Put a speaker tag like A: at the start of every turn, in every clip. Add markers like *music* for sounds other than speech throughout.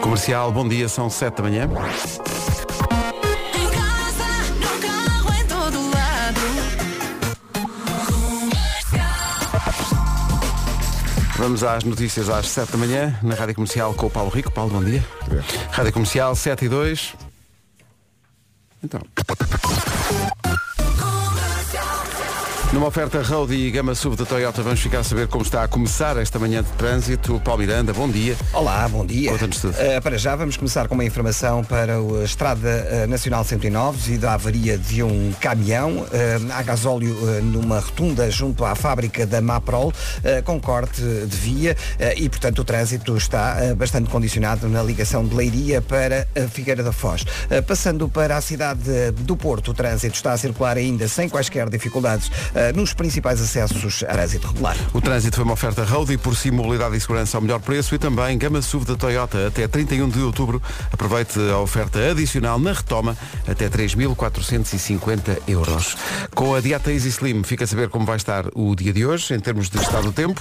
A: Comercial, bom dia, são 7 da manhã.
B: Em casa, no carro, em todo lado.
A: Vamos às notícias às 7 da manhã, na Rádio Comercial com o Paulo Rico. Paulo, bom dia. Rádio Comercial 7 e 2. Então. Numa oferta Road e Gama Sub da Toyota, vamos ficar a saber como está a começar esta manhã de trânsito. Paulo Miranda, bom dia.
C: Olá, bom dia.
A: Conta-nos tudo.
C: Eh, para já vamos começar com uma informação para a Estrada eh, Nacional 109 devido à avaria de um caminhão eh, a gasóleo eh, numa rotunda junto à fábrica da Maprol eh, com corte de via eh, e portanto o trânsito está eh, bastante condicionado na ligação de Leiria para a Figueira da Foz. Eh, passando para a cidade do Porto, o trânsito está a circular ainda sem quaisquer dificuldades eh, nos principais acessos a trânsito regular.
A: O trânsito foi uma oferta Road e por si mobilidade e segurança ao melhor preço e também Gama SUV da Toyota até 31 de outubro. Aproveite a oferta adicional na retoma até 3.450 euros. Com a dieta Easy Slim fica a saber como vai estar o dia de hoje em termos de estado do tempo.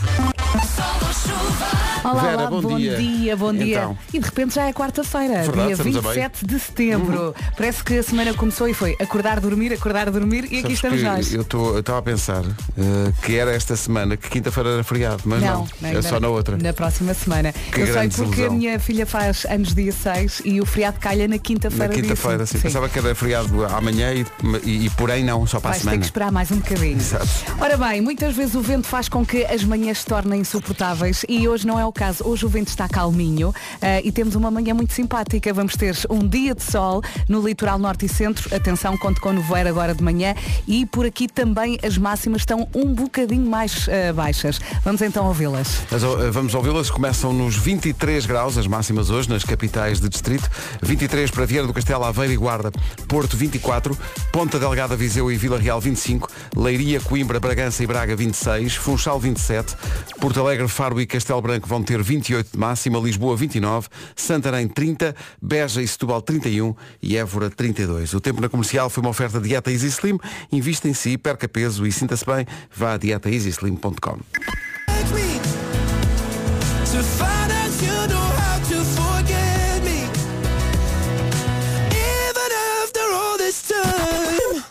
B: Sol ou chuva,
D: Olá,
A: Vera,
D: olá,
A: bom
D: bom,
A: dia.
D: dia. bom dia.
A: Então.
D: E de repente já é quarta-feira,
A: Verdade,
D: dia
A: estamos a meio. Uhum.
D: 27 de setembro. Parece que a semana começou e foi acordar, dormir, acordar, dormir e aqui
A: Sabes
D: é estamos
A: que
D: nós.
A: Eu tô- eu estava a pensar eh, que era esta semana, que quinta-feira era feriado, mas não, é
D: ainda
A: só na outra.
D: Na próxima semana.
A: Que
D: eu sei
A: grande
D: porque
A: desilusão.
D: a minha filha faz anos dia 6 e o feriado calha na
A: Na
D: quinta-feira. dia
A: quinta-feira, sim.
D: cinco.
A: Pensava que era feriado amanhã e, e, e porém não, só para
D: Vais
A: a
D: ter
A: semana.
D: que esperar mais um bocadinho.
A: Exato.
D: Ora bem, muitas vezes o vento faz com que as manhãs se tornem insuportáveis e hoje não é o caso. Hoje o vento está calminho eh, e temos uma manhã muito simpática. Vamos ter um dia de sol no litoral norte e centro. Atenção, conto com nevoeiro agora de manhã e por aqui também as máximas estão um bocadinho mais eh, baixas. Vamos então ouvi-las.
A: Mas, ó, eh, vamos ouvi-las. Começam nos 23 graus, as máximas hoje, nas capitais de distrito. 23 para Vieira do Castelo, Aveiro e Guarda. Porto, 24. Ponta Delgada, Viseu e Vila Real, 25. Leiria, Coimbra, Bragança e Braga, 26. Funchal, 27. Porto Alegre, Faro e Castelo Branco vão ter 28 de máxima. Lisboa, 29. Santarém, 30. Beja e Setúbal, 31. E Évora, 32. O tempo na comercial foi uma oferta de Dieta Easy Slim. Invista em si, perca peso e sinta-se bem. Vá a dietaeasyslim.com.
E: To find out you know how to forget me Even after all this time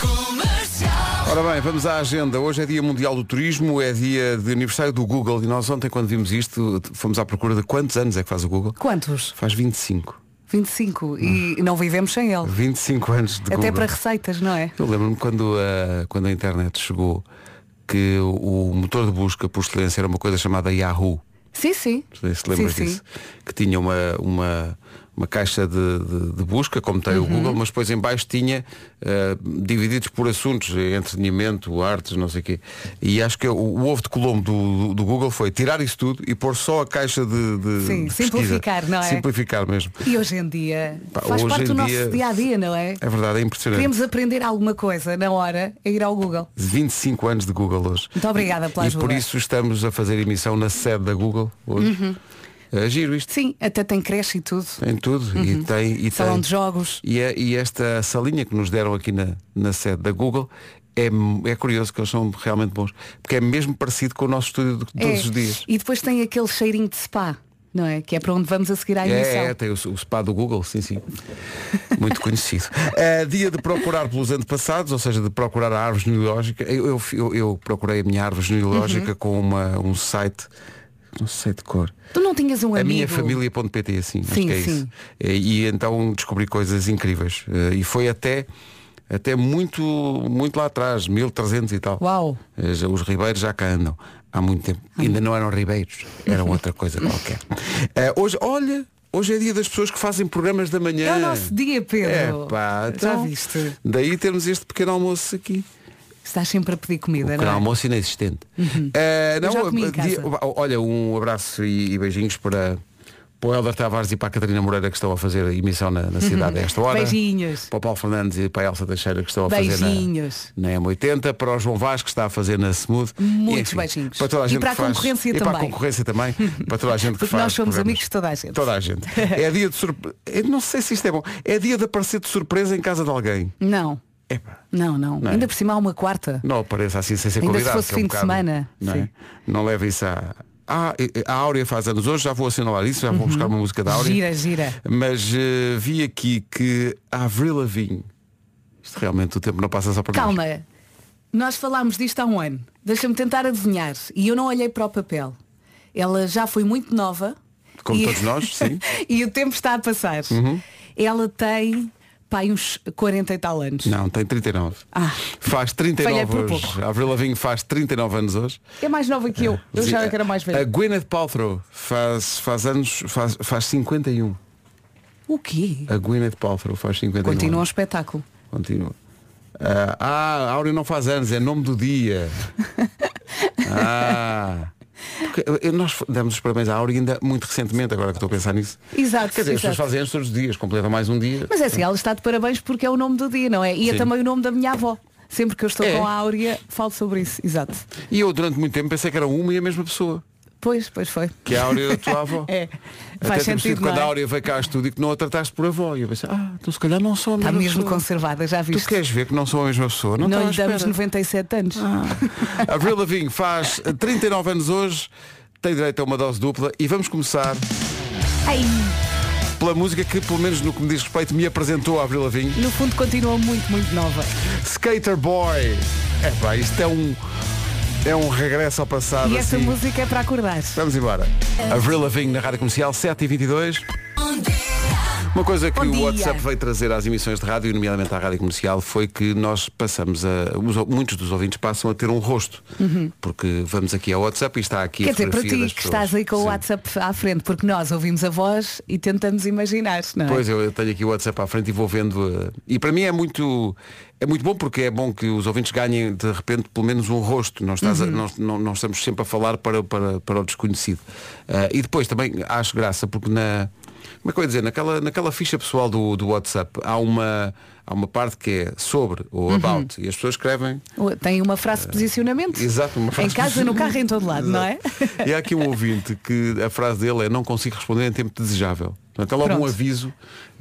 B: comercial.
A: Ora bem, vamos à agenda. Hoje é dia mundial do turismo, é dia de aniversário do Google e nós ontem quando vimos isto fomos à procura de quantos anos é que faz o Google?
D: Quantos?
A: Faz 25.
D: 25
A: Hum.
D: e não vivemos sem ele.
A: 25 anos de
D: Até
A: Google.
D: para receitas, não é?
A: Eu lembro-me quando a, quando a internet chegou que o o motor de busca por excelência era uma coisa chamada Yahoo.
D: Sim, sim.
A: Não sei Se lembras
D: sim,
A: disso?
D: sim.
A: Que tinha uma, uma, uma caixa de, de- de busca, como tem
D: Uhum.
A: o Google, mas depois em baixo tinha eh, divididos por assuntos, eh, entretenimento, artes, não sei o quê. E acho que o, o ovo de Colombo do, do- do Google foi tirar isso tudo e pôr só a caixa de, de
D: Sim,
A: pesquisa.
D: simplificar, não é?
A: Simplificar mesmo.
D: E hoje em dia
A: Pá,
D: faz
A: hoje
D: parte
A: em
D: do nosso
A: dia-
D: dia a dia, não é?
A: É verdade, é impressionante.
D: Queremos aprender alguma coisa na hora é ir ao Google.
A: 25 anos de Google hoje.
D: Muito obrigada
A: e
D: pela ajuda. Uhum.
A: por isso estamos a fazer emissão na sede da Google hoje. Eh, giro isto.
D: Sim, até tem creche e tudo.
A: Tem tudo e tem e
D: Uhum. Salão
A: tem-
D: de jogos.
A: E, é- e esta salinha que nos deram aqui na, na sede da Google é, m- é curioso que eles são realmente bons porque é mesmo parecido com o nosso estúdio de todos
D: É.
A: os dias
D: E depois tem aquele cheirinho de spa, não é? Que é para onde vamos a seguir à emissão.
A: é, é, tem o, o spa do Google, sim, sim. Muito conhecido. *laughs* É, dia de procurar pelos antepassados, ou seja, de procurar a árvore genealógica. Eu, eu, eu- eu procurei a minha árvore genealógica
D: Uhum.
A: com uma, um site, não sei de cor.
D: Tu não tinhas um
A: A
D: amigo.
A: minha família.pt, assim, acho
D: Sim,
A: que é isso.
D: sim.
A: E, e então descobri coisas incríveis. Eh, E foi até, até muito, muito lá atrás, 1300 e tal.
D: Uau. Hum.
A: Eh, já- Os ribeiros já cá andam há muito tempo. Ainda não eram ribeiros, eram outra coisa
D: *laughs*
A: qualquer. Eh, hoje, olha, hoje é dia das pessoas que fazem programas da manhã.
D: É o nosso dia, Pedro.
A: É, pá,
D: Já
A: então,
D: viste?
A: Daí temos este pequeno almoço aqui.
D: Estás sempre a pedir
A: O
D: comida,
A: pequeno
D: não é? Uhum.
A: almoço inexistente. Eh,
D: Eu já comi em
A: dia-
D: casa.
A: olha, um abraço e, e beijinhos para, para o Helder Tavares e para a Catarina Moreira que estão a fazer a emissão na, na cidade a esta hora.
D: Beijinhos.
A: Para o Paulo Fernandes e para a Elsa Teixeira que estão a
D: Beijinhos.
A: fazer na, na M80. Para o João Vaz que está a fazer na Smooth.
D: Muitos
A: E, enfim,
D: beijinhos.
A: Para toda a
D: E
A: gente
D: para a
A: que faz-
D: concorrência
A: e para a
D: também.
A: concorrência
D: *laughs*
A: também. Para toda a gente que
D: Porque
A: faz
D: nós somos
A: programas.
D: amigos de toda a gente.
A: Toda a gente. É dia de surpresa. Não sei se isto é bom. É dia de aparecer de surpresa em casa de alguém.
D: Não.
A: Epá.
D: Não, não,
A: Não é?
D: Ainda por cima há uma quarta.
A: Não apareça assim sem ser
D: Ainda se
A: convidado.
D: fosse
A: que é um
D: fim de
A: bocado-
D: semana,
A: Não, é?
D: sim.
A: Não leve isso à, Ah, eh, a Áurea faz anos hoje, já vou assinalar isso, já vou buscar uma música da Áurea.
D: Uhum. Gira, gira.
A: Mas eh, vi aqui que a Avril Lavigne, isto realmente o tempo não passa só para nós.
D: Calma, nós falámos disto há um ano. Deixa-me tentar adivinhar. E eu não olhei para o papel. Ela já foi muito nova.
A: Como
D: e-
A: todos nós, sim.
D: *laughs*
A: Uhum.
D: e o tempo está a passar. Ela tem, pai, uns 40 e tal anos.
A: Não, tem 39.
D: Ah.
A: Faz
D: Falhei
A: 39
D: por
A: hoje.
D: pouco.
A: A Avril Lavigne faz 39 anos hoje.
D: É mais nova que eu. Eu já era mais
A: A
D: velha.
A: Gwyneth Paltrow faz, faz anos, faz, faz 51.
D: O quê?
A: A Gwyneth Paltrow faz 51.
D: Continua o espetáculo.
A: Continua. Ah, ah, a Áurea não faz anos, é nome do
D: *laughs*
A: dia. ah. Porque, eh, nós demos os parabéns à Áurea ainda muito recentemente, agora que estou a pensar nisso.
D: Exato,
A: Quer dizer, as pessoas
D: exato.
A: fazem anos todos os dias, completam mais um dia.
D: Mas é assim, ela está de parabéns porque é o nome do dia, não é? E é
A: Sim.
D: também o nome da minha avó. Sempre que eu estou
A: É.
D: com a Áurea, falo sobre isso. Exato.
A: E eu durante muito tempo pensei que era uma e a mesma pessoa.
D: Pois, pois foi.
A: Que é a Áurea da tua avó.
D: *laughs* É.
A: Até
D: Faz
A: temos tido
D: sentido, não
A: quando a
D: é?
A: Áurea veio cá ao estúdio que não a trataste por avó. E eu pensei, ah, então se calhar não sou a
D: Está
A: mesma
D: Tá mesmo
A: pessoa.
D: conservada, já
A: Tu
D: viste?
A: queres ver que não sou a mesma pessoa? Não,
D: Não
A: estava à
D: lhe damos
A: espera. Ah.
D: 97 anos.
A: A Avril Lavigne faz 39 anos hoje, tem direito a uma dose dupla e vamos começar
D: Ai,
A: pela música que, pelo menos no que me diz respeito, me apresentou a Avril Lavigne.
D: no fundo continua muito, muito nova.
A: Skater Boy. É pá, isto é um, é um regresso ao passado.
D: E essa
A: assim.
D: música é para acordar.
A: Vamos embora. Avril Lavigne na Rádio Comercial, 7h22. Uma coisa que
D: Bom
A: o
D: dia.
A: WhatsApp veio trazer às emissões de rádio, e nomeadamente à rádio comercial, foi que nós passamos a. os- muitos dos ouvintes passam a ter um rosto. Porque vamos aqui ao WhatsApp e está aqui
D: Uhum. Quer
A: a
D: dizer, para
A: fotografia
D: ti
A: das
D: que
A: pessoas.
D: estás aí com o
A: Sim.
D: WhatsApp à frente, porque nós ouvimos a voz e tentamos imaginar, não é?
A: Pois eu eu tenho aqui o WhatsApp à frente e vou vendo. eh, E para mim é muito, é muito bom porque é bom que os ouvintes ganhem de repente pelo menos um rosto. Não, estás a- não, não- não estamos sempre a falar para, para, para o desconhecido. Ah, e depois também acho graça porque na. Como é que eu ia dizer? Naquela, naquela ficha pessoal do, do WhatsApp há uma, há uma parte que é sobre ou about e as pessoas escrevem
D: Tem uma frase de posicionamento.
A: Exato, uma frase
D: Em casa, no carro, em todo lado, não é?
A: Exato. E há aqui um ouvinte que a frase dele é não consigo responder em tempo desejável. Portanto, é logo
D: Pronto.
A: um aviso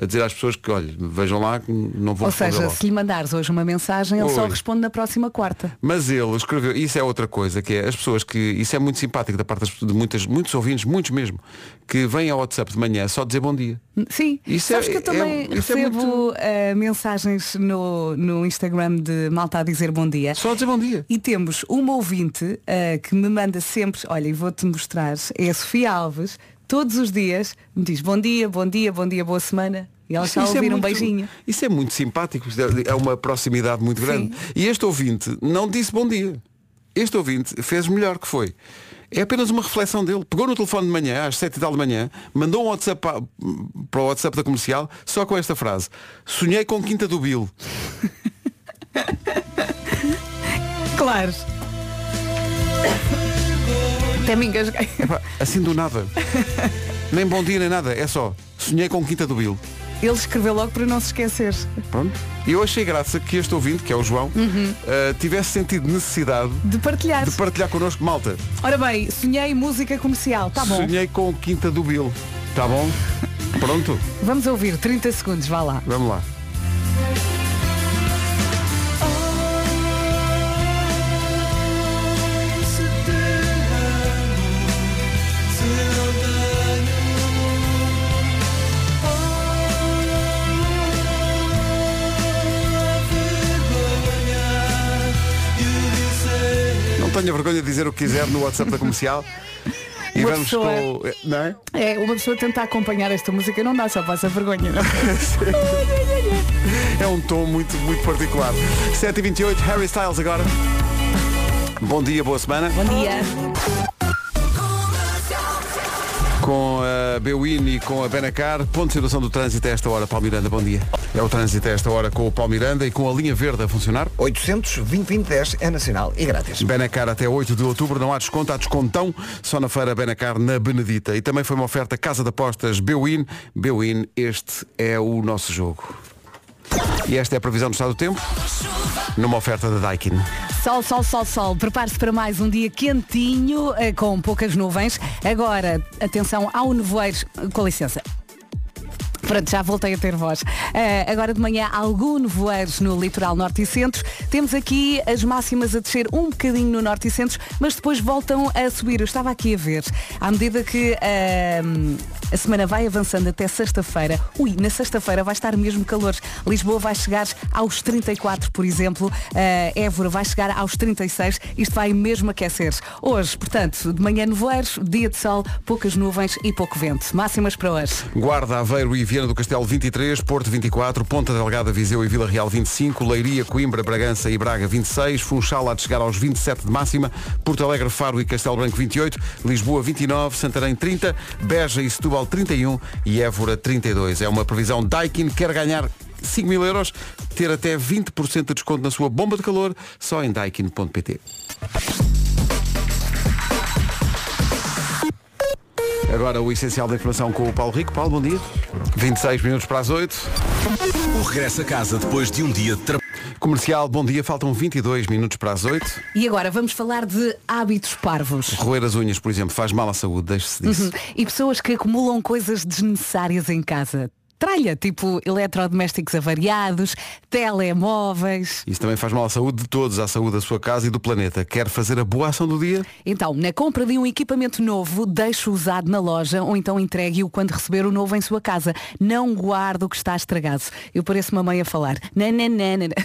A: a dizer às pessoas que, olha, vejam lá, que não vou
D: *laughs* Ou
A: responder
D: seja,
A: logo.
D: se lhe mandares hoje uma mensagem, ele só
A: Oi.
D: responde na próxima quarta.
A: Mas ele escreveu, isso é outra coisa, que é as pessoas que, isso é muito simpático da parte das- de muitas, muitos ouvintes, muitos mesmo, que vêm ao WhatsApp de manhã só dizer bom dia.
D: Sim,
A: Isso
D: sabes
A: é-
D: que eu também
A: é- isso é
D: recebo
A: muito-
D: eh, mensagens no, no Instagram de malta a dizer bom dia.
A: Só dizer bom dia.
D: E temos uma ouvinte ah, que me manda sempre, olha, e vou-te mostrar, é a Sofia Alves, todos os dias me diz bom dia, bom dia, bom dia, boa semana. E ela já
A: *laughs* Isso é
D: ouvir um
A: muito-
D: beijinho.
A: Isso é muito simpático, isto é- é uma proximidade muito grande. E este ouvinte não disse bom dia. Este ouvinte fez melhor que foi. É apenas uma reflexão dele. Pegou no telefone de manhã, às 7 e tal da manhã, mandou um WhatsApp pa- para o WhatsApp da comercial, só com esta frase. Sonhei com Quinta do Bill.
D: Claro. Até me engasguei.
A: Epá, assim do
D: *laughs*
A: nada. nem bom dia nem nada. É só. Sonhei com Quinta do Bill.
D: Ele escreveu logo para não se esquecer.
A: Pronto. E eu achei graça que este ouvinte, que é o João,
D: Uhum.
A: eh, tivesse sentido necessidade
D: De partilhar.
A: de partilhar connosco malta.
D: Ora bem, sonhei música comercial, tá bom.
A: Sonhei com o Quinta do Bill. Tá
D: *laughs*
A: bom? Pronto,
D: Vamos ouvir 30 segundos, vá lá.
A: vamos lá. Não tenha vergonha de dizer o que quiser no WhatsApp da
D: *laughs*
A: comercial. E
D: Uma
A: vamos
D: pessoa-
A: com. Não é?
D: É, uma pessoa tentar acompanhar esta música não dá, só passa vergonha. não?
A: É um tom muito, muito particular. 7h28, Harry Styles agora. Bom dia, boa semana.
D: Bom dia.
A: Com a Bewin e com a Benacar, ponto de situação do trânsito a esta hora, Paulo Miranda, bom dia. É o trânsito a esta hora com o Paulo Miranda e com a linha verde a funcionar.
C: 800 20 10 é nacional e grátis.
A: Benacar até 8 de outubro, não há desconto, há descontão, só na feira Benacar na Benedita. E também foi uma oferta Casa de Apostas Bewin. Bewin, este é o nosso jogo. E esta é a previsão do estado do tempo, numa oferta da Daikin.
D: Sol, sol, sol, sol. Prepare-se para mais um dia quentinho, eh, com poucas nuvens. Agora, atenção ao nevoeiro. Com licença. Pronto, já voltei a ter voz. Eh, agora de manhã, algum nevoeiros no litoral norte e centros. Temos aqui as máximas a descer um bocadinho no norte e centros, mas depois voltam a subir. Eu estava aqui a ver. À medida que eh, a semana vai avançando até sexta-feira, ui, na sexta-feira vai estar mesmo calor. Lisboa vai chegar aos 34, por exemplo. Eh, Évora vai chegar aos 36. Isto vai mesmo aquecer. Hoje, portanto, de manhã nevoeiros, dia de sol, poucas nuvens e pouco vento. Máximas para hoje.
A: Guarda, Aveiro e Viana do Castelo 23, Porto 24, Ponta Delgada, Viseu e Vila Real 25, Leiria, Coimbra, Bragança e Braga 26, Funchal há de chegar aos 27 de máxima, Porto Alegre, Faro e Castelo Branco 28, Lisboa 29, Santarém 30, Beja e Setúbal 31 e Évora 32. É uma previsão Daikin, quer ganhar 5 mil euros, ter até 20% de desconto na sua bomba de calor, só em daikin.pt. Agora o essencial da informação com o Paulo Rico. Paulo, bom dia. 26 minutos para as 8.
F: O regresso a casa depois de um dia de trabalho.
A: Comercial, bom dia. Faltam 22 minutos para as 8.
D: E agora vamos falar de hábitos parvos.
A: Roer as unhas, por exemplo, faz mal à saúde, deixe-se disso.
D: E pessoas que acumulam coisas desnecessárias em casa. Tralha, tipo eletrodomésticos avariados, telemóveis.
A: Isso também faz mal à saúde de todos, à saúde da sua casa e do planeta. Quer fazer a boa ação do dia?
D: Então, na compra de um equipamento novo, deixe-o usado na loja ou então entregue-o quando receber o novo em sua casa. Não guarde o que está estragado. Eu pareço uma mãe a falar. Nananana. *laughs*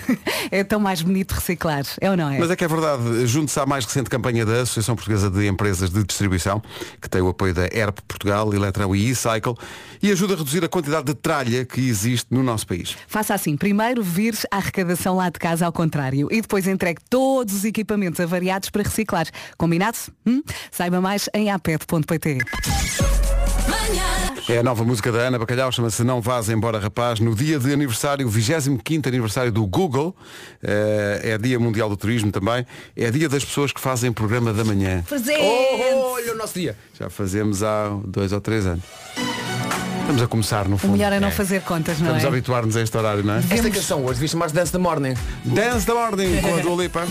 D: É tão mais bonito reciclar. É ou não é?
A: Mas é que é verdade, junto-se à mais recente campanha da Associação Portuguesa de Empresas de Distribuição, que tem o apoio da ERP Portugal, Eletrão e E-Cycle, e ajuda a reduzir a quantidade de tralha que existe no nosso país.
D: Faça assim, primeiro vires a arrecadação lá de casa ao contrário e depois entregue todos os equipamentos avariados para reciclar. Combinado? Hum? Saiba mais em apet.pt.
B: Manhãs
A: É a nova música da Ana Bacalhau, chama-se Não Vás Embora Rapaz, no dia de aniversário, 25 aniversário do Google, eh, é dia mundial do turismo também, é dia das pessoas que fazem programa da manhã.
D: Oh!
F: olha o nosso dia.
A: Já fazemos há dois ou três anos. Estamos a começar, no
D: O
A: fundo.
D: melhor é não
A: É.
D: fazer contas, não
A: Estamos a
D: é?
A: habituar-nos a este horário, não é?
F: Esta canção hoje devia chamar-se Dance the Morning.
A: Dance da Morning com a Dua Lipa.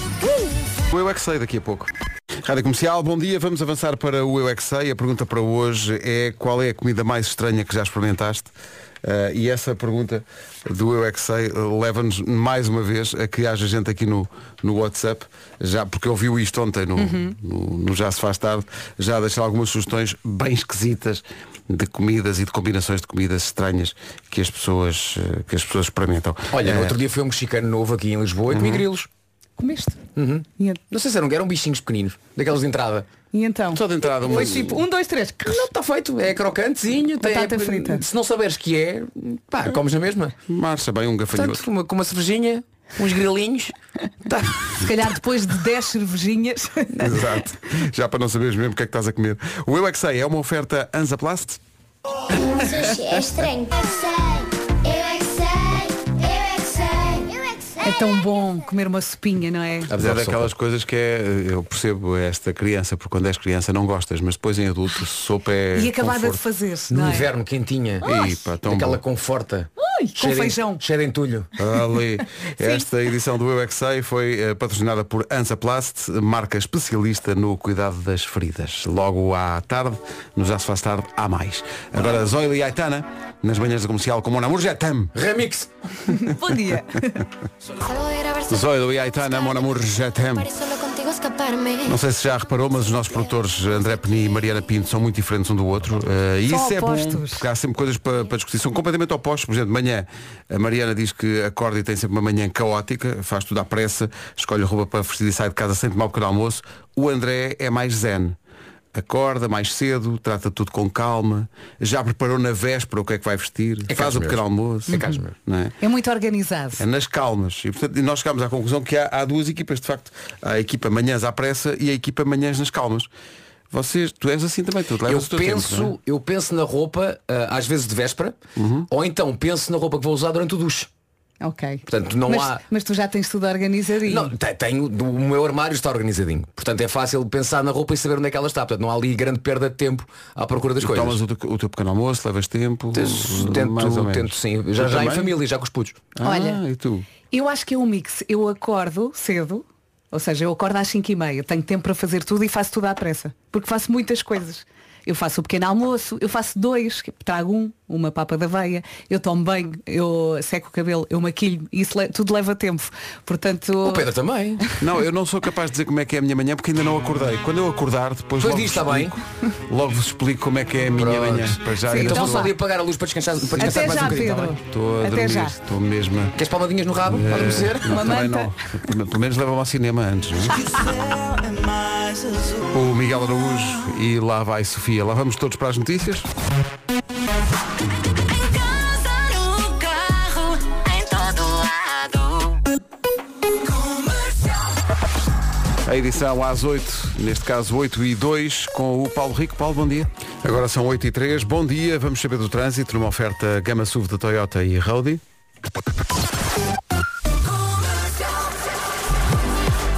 A: O Eu É Que Sei daqui a pouco. Rádio Comercial, bom dia. Vamos avançar para o Eu É Que Sei. A pergunta para hoje é qual é a comida mais estranha que já experimentaste? Ah, e essa pergunta do Eu É Que Sei eh, leva-nos mais uma vez a que haja gente aqui no, no WhatsApp, já porque ouviu isto ontem no,
F: Uhum.
A: no- no Já Se Faz Tarde, já a deixar algumas sugestões bem esquisitas de comidas e de combinações de comidas estranhas que as pessoas, eh, que as pessoas experimentam.
F: Olha,
A: Eh,
F: no outro dia foi um mexicano novo aqui em Lisboa
A: Uhum.
F: e comi grilos.
D: Comeste?
F: Uhum.
D: E,
F: Não sei se eram, eram bichinhos pequeninos, daqueles de entrada.
D: e então?
A: Só de entrada, uma-
F: Foi tipo,
D: Um, dois, três.
F: não, está feito, é crocantezinho, tem,
D: Batata frita.
F: Se não saberes que é, pá, comes na mesma.
A: Marcha bem um gafanhoto.
F: Portanto, uma, com uma cervejinha, uns grilinhos, *laughs* tá.
D: Se calhar depois de 10
F: *laughs*
D: cervejinhas.
A: *laughs* Exato. Já para não saberes mesmo o que é que estás a comer. O Eu é que sei é uma oferta Anzaplast.
G: Mas hoje é estranho. Eu sei, eu é que sei, eu é que sei, eu é que sei.
D: É tão bom comer uma sopinha, não é?
A: Apesar daquelas coisas que é, eu percebo é esta criança, porque quando és criança não gostas, mas depois em adulto sopa é.
D: E acabada de
A: conforto.
D: fazer,
F: No
D: não é?
F: inverno, quentinha.
A: Ih, pá, Ah, tão
F: Aquela
A: bom.
F: conforta.
D: Ui, com
F: Cheira em-
D: feijão.
F: Cheira em entulho.
A: *laughs* Ali. Esta edição do Eu é que sei foi eh, patrocinada por Anzaplast, marca especialista no cuidado das feridas. Logo à tarde, no Já se faz tarde, há mais. Agora Zoila e Aitana, nas manhãs da comercial, com o namoro já tam.
F: Remix.
D: Bom dia.
F: *laughs*
B: Solo era Barcelona.
A: Zoila e Aitana, mon tá amor já é Eh. tam.
B: Para solo contigo escaparme.
A: Não sei se já reparou, mas os nossos produtores André Peni e Mariana Pinto são muito diferentes um do outro. eh, e
D: São
A: isso é bom,
D: opostos.
A: porque há sempre coisas para, para discutir. São completamente opostos. Por exemplo, de manhã a Mariana diz que acorda e tem sempre uma manhã caótica, faz tudo à pressa, escolhe roupa para vestir e sai de casa sem tomar um pequeno almoço. O André é mais zen. Acorda mais cedo, trata tudo com calma, já preparou na véspera o que é que vai vestir,
F: É
A: faz
F: caso
A: o pequeno
F: mesmo.
A: almoço.
F: É caso mesmo.
A: não é?
D: É muito organizado.
A: É nas calmas. E portanto, nós chegámos à conclusão que há, há duas equipas, de facto. Há a equipa manhãs à pressa e a equipa manhãs nas calmas. Vocês, tu és assim também, tu
F: Eu
A: levas o teu
F: penso,
A: tempo, não é? Uhum.
F: eu penso na roupa, ah, às vezes de véspera, ou então penso na roupa que vou usar durante o duche.
D: Ok.
F: Portanto, não
D: mas,
F: há-
D: mas tu já tens tudo organizadinho.
F: Não, te- tenho, do- o meu armário está organizadinho. Portanto, é fácil pensar na roupa e saber onde é que ela está. Portanto, não há ali grande perda de tempo à procura das coisas.
A: Tomas o teu, o teu pequeno almoço, levas tempo.
F: Tento-
A: mais ou
F: Tento,
A: menos.
F: tento sim. Já,
A: Tu
F: já em
A: também?
F: família, já com os putos.
A: Ah,
D: Olha.
A: e tu?
D: Eu acho que é um mix. Eu acordo cedo, ou seja, eu acordo às 5 e meia, tenho tempo para fazer tudo e faço tudo à pressa. Porque faço muitas coisas. Eu faço o pequeno almoço, eu faço dois, que- trago um, uma papa da veia, eu tomo banho, eu seco o cabelo, eu maquilho, isso le- tudo leva tempo. Portanto,
F: O Pedro *laughs* também.
A: Não, eu não sou capaz de dizer como é que é a minha manhã porque ainda não acordei. Quando eu acordar, depois
F: Pois
A: logo,
F: diz,
A: vos
F: está bem.
A: explico, logo vos explico como é que é a minha
F: Pronto.
A: manhã. Para já
D: Sim,
A: ainda
F: Então
D: Então
F: vou só
D: vá.
F: ali apagar a luz para descansar, para descansar
D: até
F: mais um
D: já,
F: bocadinho. tá
D: Pedro.
F: bem?
A: Estou a
D: Até
A: dormir,
D: já.
A: estou mesmo. a-
F: Queres palmadinhas no rabo? Pode acontecer?
A: É, Não,
D: Uma
A: também
D: manta.
A: não. Pelo menos leva-me ao cinema antes. não é? O Miguel Araújo e lá vai Sofia. Lá vamos todos para as notícias.
B: Em casa, no carro, em todo lado.
A: A edição às 8, neste caso 8 e 2, com o Paulo Rico. Paulo, bom dia. Agora são 8 e 3. Bom dia, vamos saber do trânsito numa oferta Gama SUV da Toyota e Audi.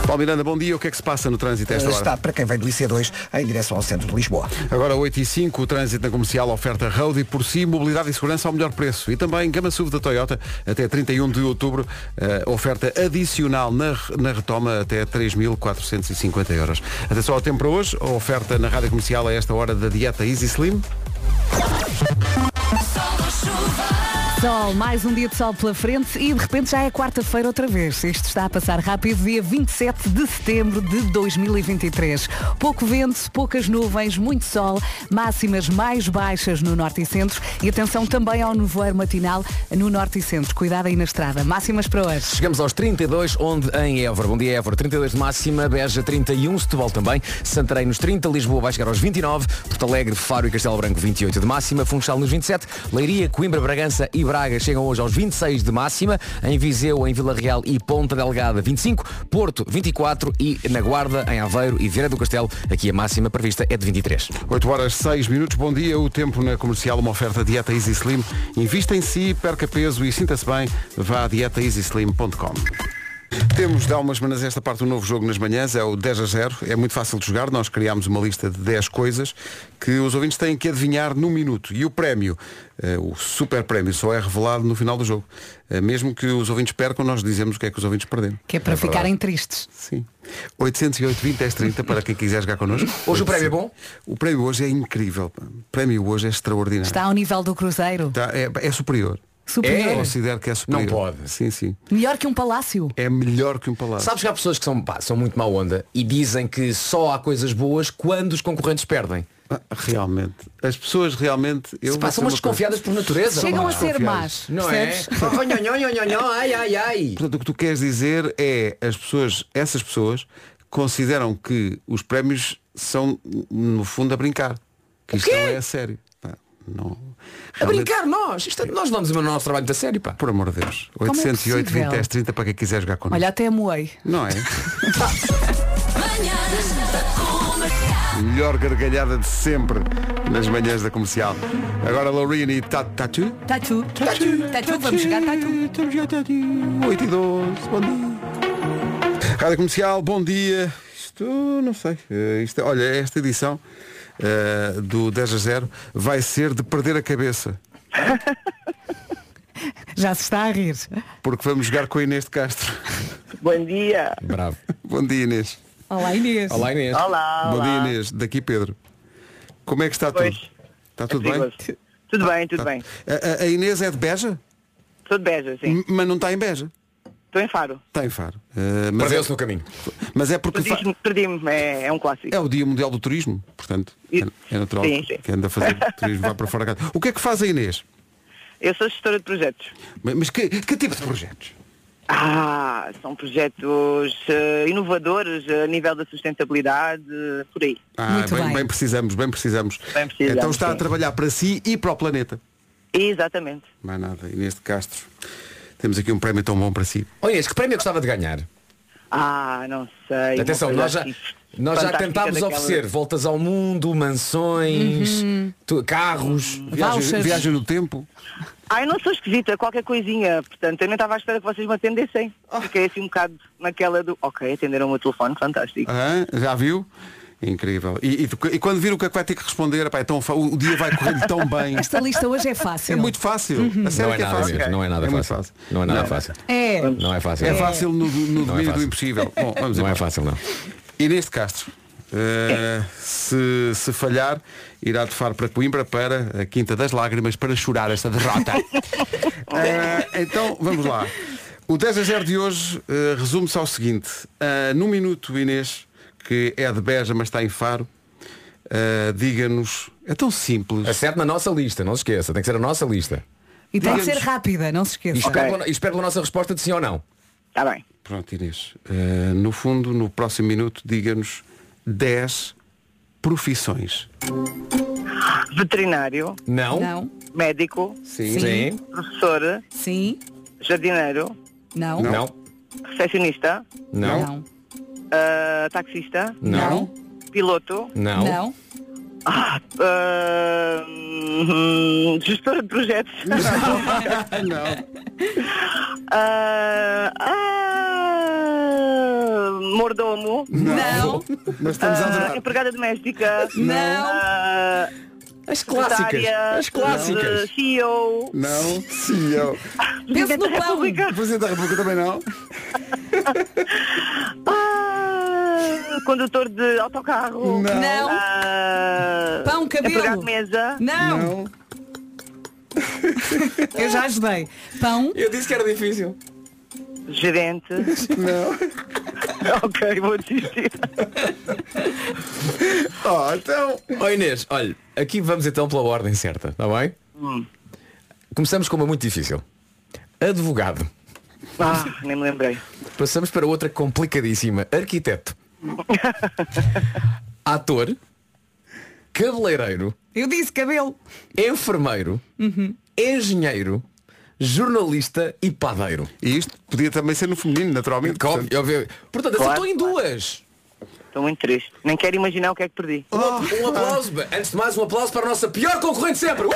A: Paulo Miranda, bom dia. O que é que se passa no trânsito a esta hora?
C: Eh, Está para quem vem do IC2 em direção ao centro de Lisboa.
A: Agora 8 e 5, o trânsito na comercial oferta Road e por si, mobilidade e segurança ao melhor preço. E também gama SUV da Toyota até 31 de outubro, eh, oferta adicional na, re- na retoma até 3.450 euros. Atenção ao tempo para hoje, a oferta na rádio comercial a esta hora da dieta Easy Slim.
D: sol, mais um dia de sol pela frente e de repente já é quarta-feira outra vez. Isto está a passar rápido, dia 27 de setembro de 2023. Pouco vento, poucas nuvens, muito sol, máximas mais baixas no norte e centro e atenção também ao nevoeiro matinal no norte e centro. Cuidado aí na estrada. Máximas para hoje.
F: Chegamos aos 32, onde em Évora. Bom dia, Évora. 32 de máxima, Beja 31, Setúbal também, Santarém nos 30, Lisboa vai chegar aos 29, Porto Alegre, Faro e Castelo Branco 28 de máxima, Funchal nos 27, Leiria, Coimbra, Bragança e Braga chegam hoje aos 26 de máxima, em Viseu, em Vila Real e Ponta Delgada 25, Porto 24 e na Guarda, em Aveiro e Vieira do Castelo, aqui a máxima prevista é de 23.
A: 8 horas 6 minutos, bom dia. O tempo na comercial, uma oferta dieta Easy Slim. Invista em si, perca peso e sinta-se bem. Vá a dietaeasyslim.com. Temos de há umas semanas esta parte um novo jogo nas manhãs, é o 10 a 0. É muito fácil de jogar, nós criámos uma lista de 10 coisas que os ouvintes têm que adivinhar num minuto. E o prémio, eh, o super prémio, só é revelado no final do jogo. Eh, Mesmo que os ouvintes percam, nós dizemos o que é que os ouvintes perderam.
D: Que é para
F: verdade.
D: ficarem tristes.
A: Sim. 808 20 10 30 para quem quiser jogar connosco.
F: Hoje o prémio é bom?
A: O prémio hoje é incrível. pá. O prémio hoje é extraordinário.
D: Está ao nível do cruzeiro.
A: Está- é, é superior.
D: Superior.
A: Eu Considero que é superior.
F: Não pode.
A: Sim, sim.
D: Melhor que um palácio.
A: É melhor que um palácio.
F: Sabes que há pessoas que são, pá, são muito má onda e dizem que só há coisas boas quando os concorrentes perdem.
A: Ah, Realmente. As pessoas realmente. Eu
F: Se
A: vou
F: pá,
A: dizer
F: são umas
A: uma coisa.
F: desconfiadas por natureza.
D: Chegam
F: pá.
D: a ser más.
F: Não
D: percebes?
F: *laughs* é? Oh, nho, nho, nho, nho, ai,
A: *laughs*
F: ai, ai.
A: Portanto, o que tu queres dizer é as pessoas, essas pessoas, consideram que os prémios são, no fundo, a brincar. Que isto
F: quê?
A: não é a sério. Pá, não.
F: A
A: Realmente-
F: brincar nós. Isto é- nós vamos o nosso trabalho da série, pá.
A: Por amor de Deus.
D: é
A: 808 20
D: possível?
A: 10 30 para quem quiser jogar connosco.
D: Olha, até moei.
A: Não é? Melhor gargalhada de sempre nas manhãs da comercial. Agora Lorena e Tatu. Tatu?
D: Tatu. Tatu. Tatu. Vamos chegar tatu.
A: Estamos já Tatu. 8 e 12. Bom dia. Rádio Comercial, bom dia. Isto, não sei. eh, Isto, olha, esta edição eh, do 10 a 0 vai ser de perder a cabeça.
D: Já se está a rir.
A: Porque vamos jogar com a Inês de Castro. *laughs*
H: Bom dia.
F: Bravo.
A: bom dia, Inês.
D: Olá Inês.
F: Olá Inês.
H: Olá,
A: Bom dia,
H: olá.
A: Inês. Daqui Pedro. Como é que está
H: Pois.
A: tudo? Está tudo bem?
H: Silas. Tudo bem, tudo bem.
A: A, a- a Inês é de Beja,
H: Tudo beija, sim.
A: M- mas não está em Beja.
H: Estou em faro.
A: Tem Faro. Uh, mas,
F: Perdeu-se
A: é,
F: no caminho.
A: mas é porque Fa-
H: Perdi-me, perdi-me, é, é um clássico.
A: é o Dia Mundial do Turismo, portanto,
H: E-
A: é, é natural
H: sim, sim.
A: que anda a fazer
H: *laughs*
A: turismo, vai para fora de casa. O que é que faz a Inês?
H: Eu sou gestora de projetos.
A: Mas, mas que, que tipo de projetos?
H: Ah, são projetos eh, inovadores eh, a nível da sustentabilidade, eh, por aí.
D: Muito
A: Ah, bem,
D: bem.
A: precisamos, bem precisamos.
H: Bem precisamos,
A: então está a
H: sim.
A: trabalhar para si e para o planeta.
H: Exatamente.
A: Mais nada, Inês de Castro. Temos aqui um prémio tão bom para si.
F: Olha Inês, que prémio eu gostava de ganhar?
H: Ah, não sei. uma
F: Atenção,
H: coisa
F: nós já,
H: assim
F: nós já
H: fantástica
F: tentámos
H: daquela-
F: oferecer voltas ao mundo, mansões,
D: Uhum.
F: tu- carros.
A: Viagem,
D: Vouchers.
A: viagem no tempo.
H: Ah, eu não sou esquisita, qualquer coisinha. Portanto, eu não estava à espera que vocês me atendessem. Fiquei assim um bocado naquela do... Ok, atenderam o meu telefone, fantástico.
A: Aham, já viu? Incrível. E, e tu- e quando vir o que é que vai ter que responder, epá, é tão fa- o dia vai correr
F: *laughs*
A: tão bem.
D: Esta lista hoje é
A: É
D: fácil.
A: muito fácil. A sério
F: Não é
A: que é
F: nada
A: fácil.
F: mesmo, não é nada
A: muito
F: fácil. Não é nada fácil.
D: É.
F: Não é fácil.
A: É fácil no, no
F: Não
A: domínio
F: é
A: do
F: fácil.
A: impossível. Bom, vamos
F: Não
A: embora.
F: é fácil, não.
A: Inês de Castro, Eh, se, se falhar, irá de Faro para Coimbra, para a Quinta das Lágrimas, para chorar esta derrota. Eh, então, vamos lá. O 10 a 0 de hoje eh, resume-se ao seguinte. Eh, num minuto, Inês, que é de Beja, mas está em Faro, eh, diga-nos... É tão simples.
F: Acerte na nossa lista, não se esqueça. Tem que ser a nossa lista.
D: E tem que ser
A: Digamos-
D: rápida, não se
F: E
D: esqueça.
F: espero, pela, e espero pela nossa resposta de sim ou não.
H: Está Tá bem.
A: Pronto, Inês. eh, no fundo, no próximo minuto, diga-nos 10 profissões.
H: Veterinário,
F: Não.
D: Não,
H: médico,
A: Sim.
F: Sim.
H: professor,
D: sim,
H: jardineiro,
D: não,
F: Não.
D: não,
F: Não.
H: recepcionista,
F: Não.
D: não,
H: ah, taxista,
F: Não.
H: piloto, *laughs*
F: Não.
D: não,
H: ah, hum, gestora de projetos.
A: Não.
H: *laughs* Ah, ah, mordomo.
D: não,
A: Mas estamos a
H: ah,
A: adorar.
H: empregada doméstica.
D: não,
H: ah,
F: As clássicas.
H: secretária,
F: As clássicas. Ah.
H: ah, CEO.
A: Não. Sim, eu.
D: Pense no
H: Presidente da
D: pão.
H: República.
A: Presidente da República também não.
H: Ah, condutor de autocarro.
A: Não.
D: não,
H: Ah,
D: Pão, cabelo.
H: Empregado de mesa.
D: não, eu já ajudei. Pão,
F: Eu disse que era difícil.
H: Gerente. Não. *laughs* ok, vou desistir.
A: Oh, então.
F: Ó Inês, olha, aqui vamos então pela ordem certa, está bem? Começamos com uma muito difícil. Advogado.
H: Ah, nem me lembrei.
F: Passamos para outra complicadíssima. Arquiteto. *laughs* Ator. Cabeleireiro.
D: eu disse cabelo.
F: Enfermeiro. Engenheiro. Jornalista e padeiro.
A: E isto podia também ser no feminino, naturalmente.
F: Portanto,
A: portanto.
F: Portanto, portanto acertou
H: Claro.
F: em duas.
H: Estou muito triste. Nem quero imaginar o que é que perdi.
F: Um, um aplauso. Antes de mais, um aplauso para a nossa pior concorrente sempre. Uh!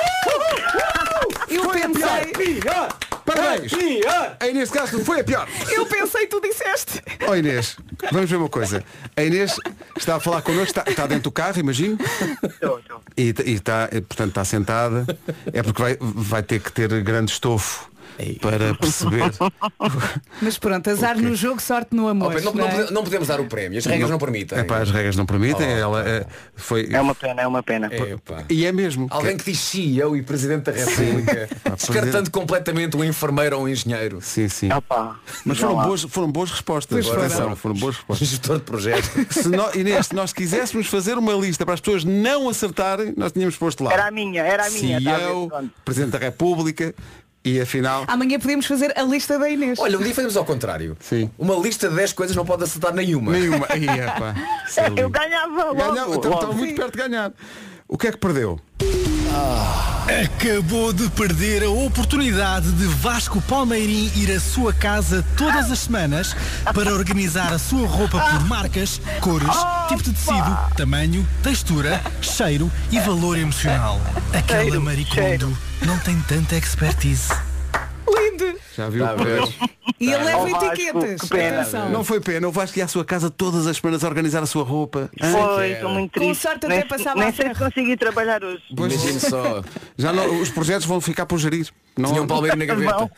D: Eu pensei,
F: Pior!
A: Parabéns.
F: Pior!
A: Ah, A Inês Castro foi a pior.
D: eu pensei, tu disseste.
A: Oh Inês, vamos ver uma coisa. A Inês está a falar connosco, está, está dentro do carro, imagino.
H: Estou, estou.
A: E, e está, eh, portanto, está sentada. É porque vai, vai ter que ter grande estofo para perceber.
D: Mas pronto, azar no jogo, sorte no
F: Oh,
D: amor.
F: Pedro, não,
D: não
F: não
D: é?
F: pode- não podemos dar o prémio, as regras não, permitem. Oh.
A: Epá, É as regras não permitem. Ela eh, foi.
H: É uma pena, é uma pena.
F: Epá.
A: E é mesmo.
F: Alguém que diz CEO e Presidente da República, descartando completamente o enfermeiro ou o engenheiro. um
A: Sim, sim.
H: Opa.
A: Mas
H: Não
A: foram
H: há.
A: boas, foram boas respostas.
D: Pois
A: Atenção,
F: foram.
A: foram boas respostas.
F: Gestor de projeto.
A: Se nós, Inês, se nós quiséssemos fazer uma lista para as pessoas não acertarem, nós tínhamos posto lá.
H: Era a minha, era a minha. tá a ver,
A: CEO,
H: pronto. Ah,
A: Presidente da República e afinal.
D: Amanhã podemos fazer a lista da Inês.
F: Olha, um dia fazemos ao contrário.
A: Sim.
F: Uma lista de 10 coisas não pode acertar nenhuma.
A: *laughs* Nenhuma. Ih, epá, isso é
H: *laughs* Eu
A: lindo.
H: ganhava logo.
A: Ganhou, então,
H: logo.
A: estava muito perto de ganhar. O que é que perdeu?
E: Acabou de perder a oportunidade de Vasco Palmeirim ir à sua casa todas as semanas para organizar a sua roupa por marcas, cores, tipo de tecido, tamanho, textura, cheiro e valor emocional. Aquela
H: Cheiro,
E: maricondo
H: cheiro.
E: não tem tanta expertise.
A: Já viu?
F: Está a ver?
D: e ele leva
H: Oh, Vasco,
D: etiquetas.
H: que pena.
D: Atenção.
A: Não foi pena, o Vasco ia à sua casa todas as semanas a organizar a sua roupa. Hã?
H: Foi, estou muito
D: Com
H: triste.
D: sorte até
H: nem
D: passava a
H: nem sei
D: serra.
H: se consegui trabalhar hoje.
A: Pois,
F: Imagino só.
A: já não- os projetos vão ficar por gerir. Não,
F: Tinha um palmeiro na gaveta.
H: Bom.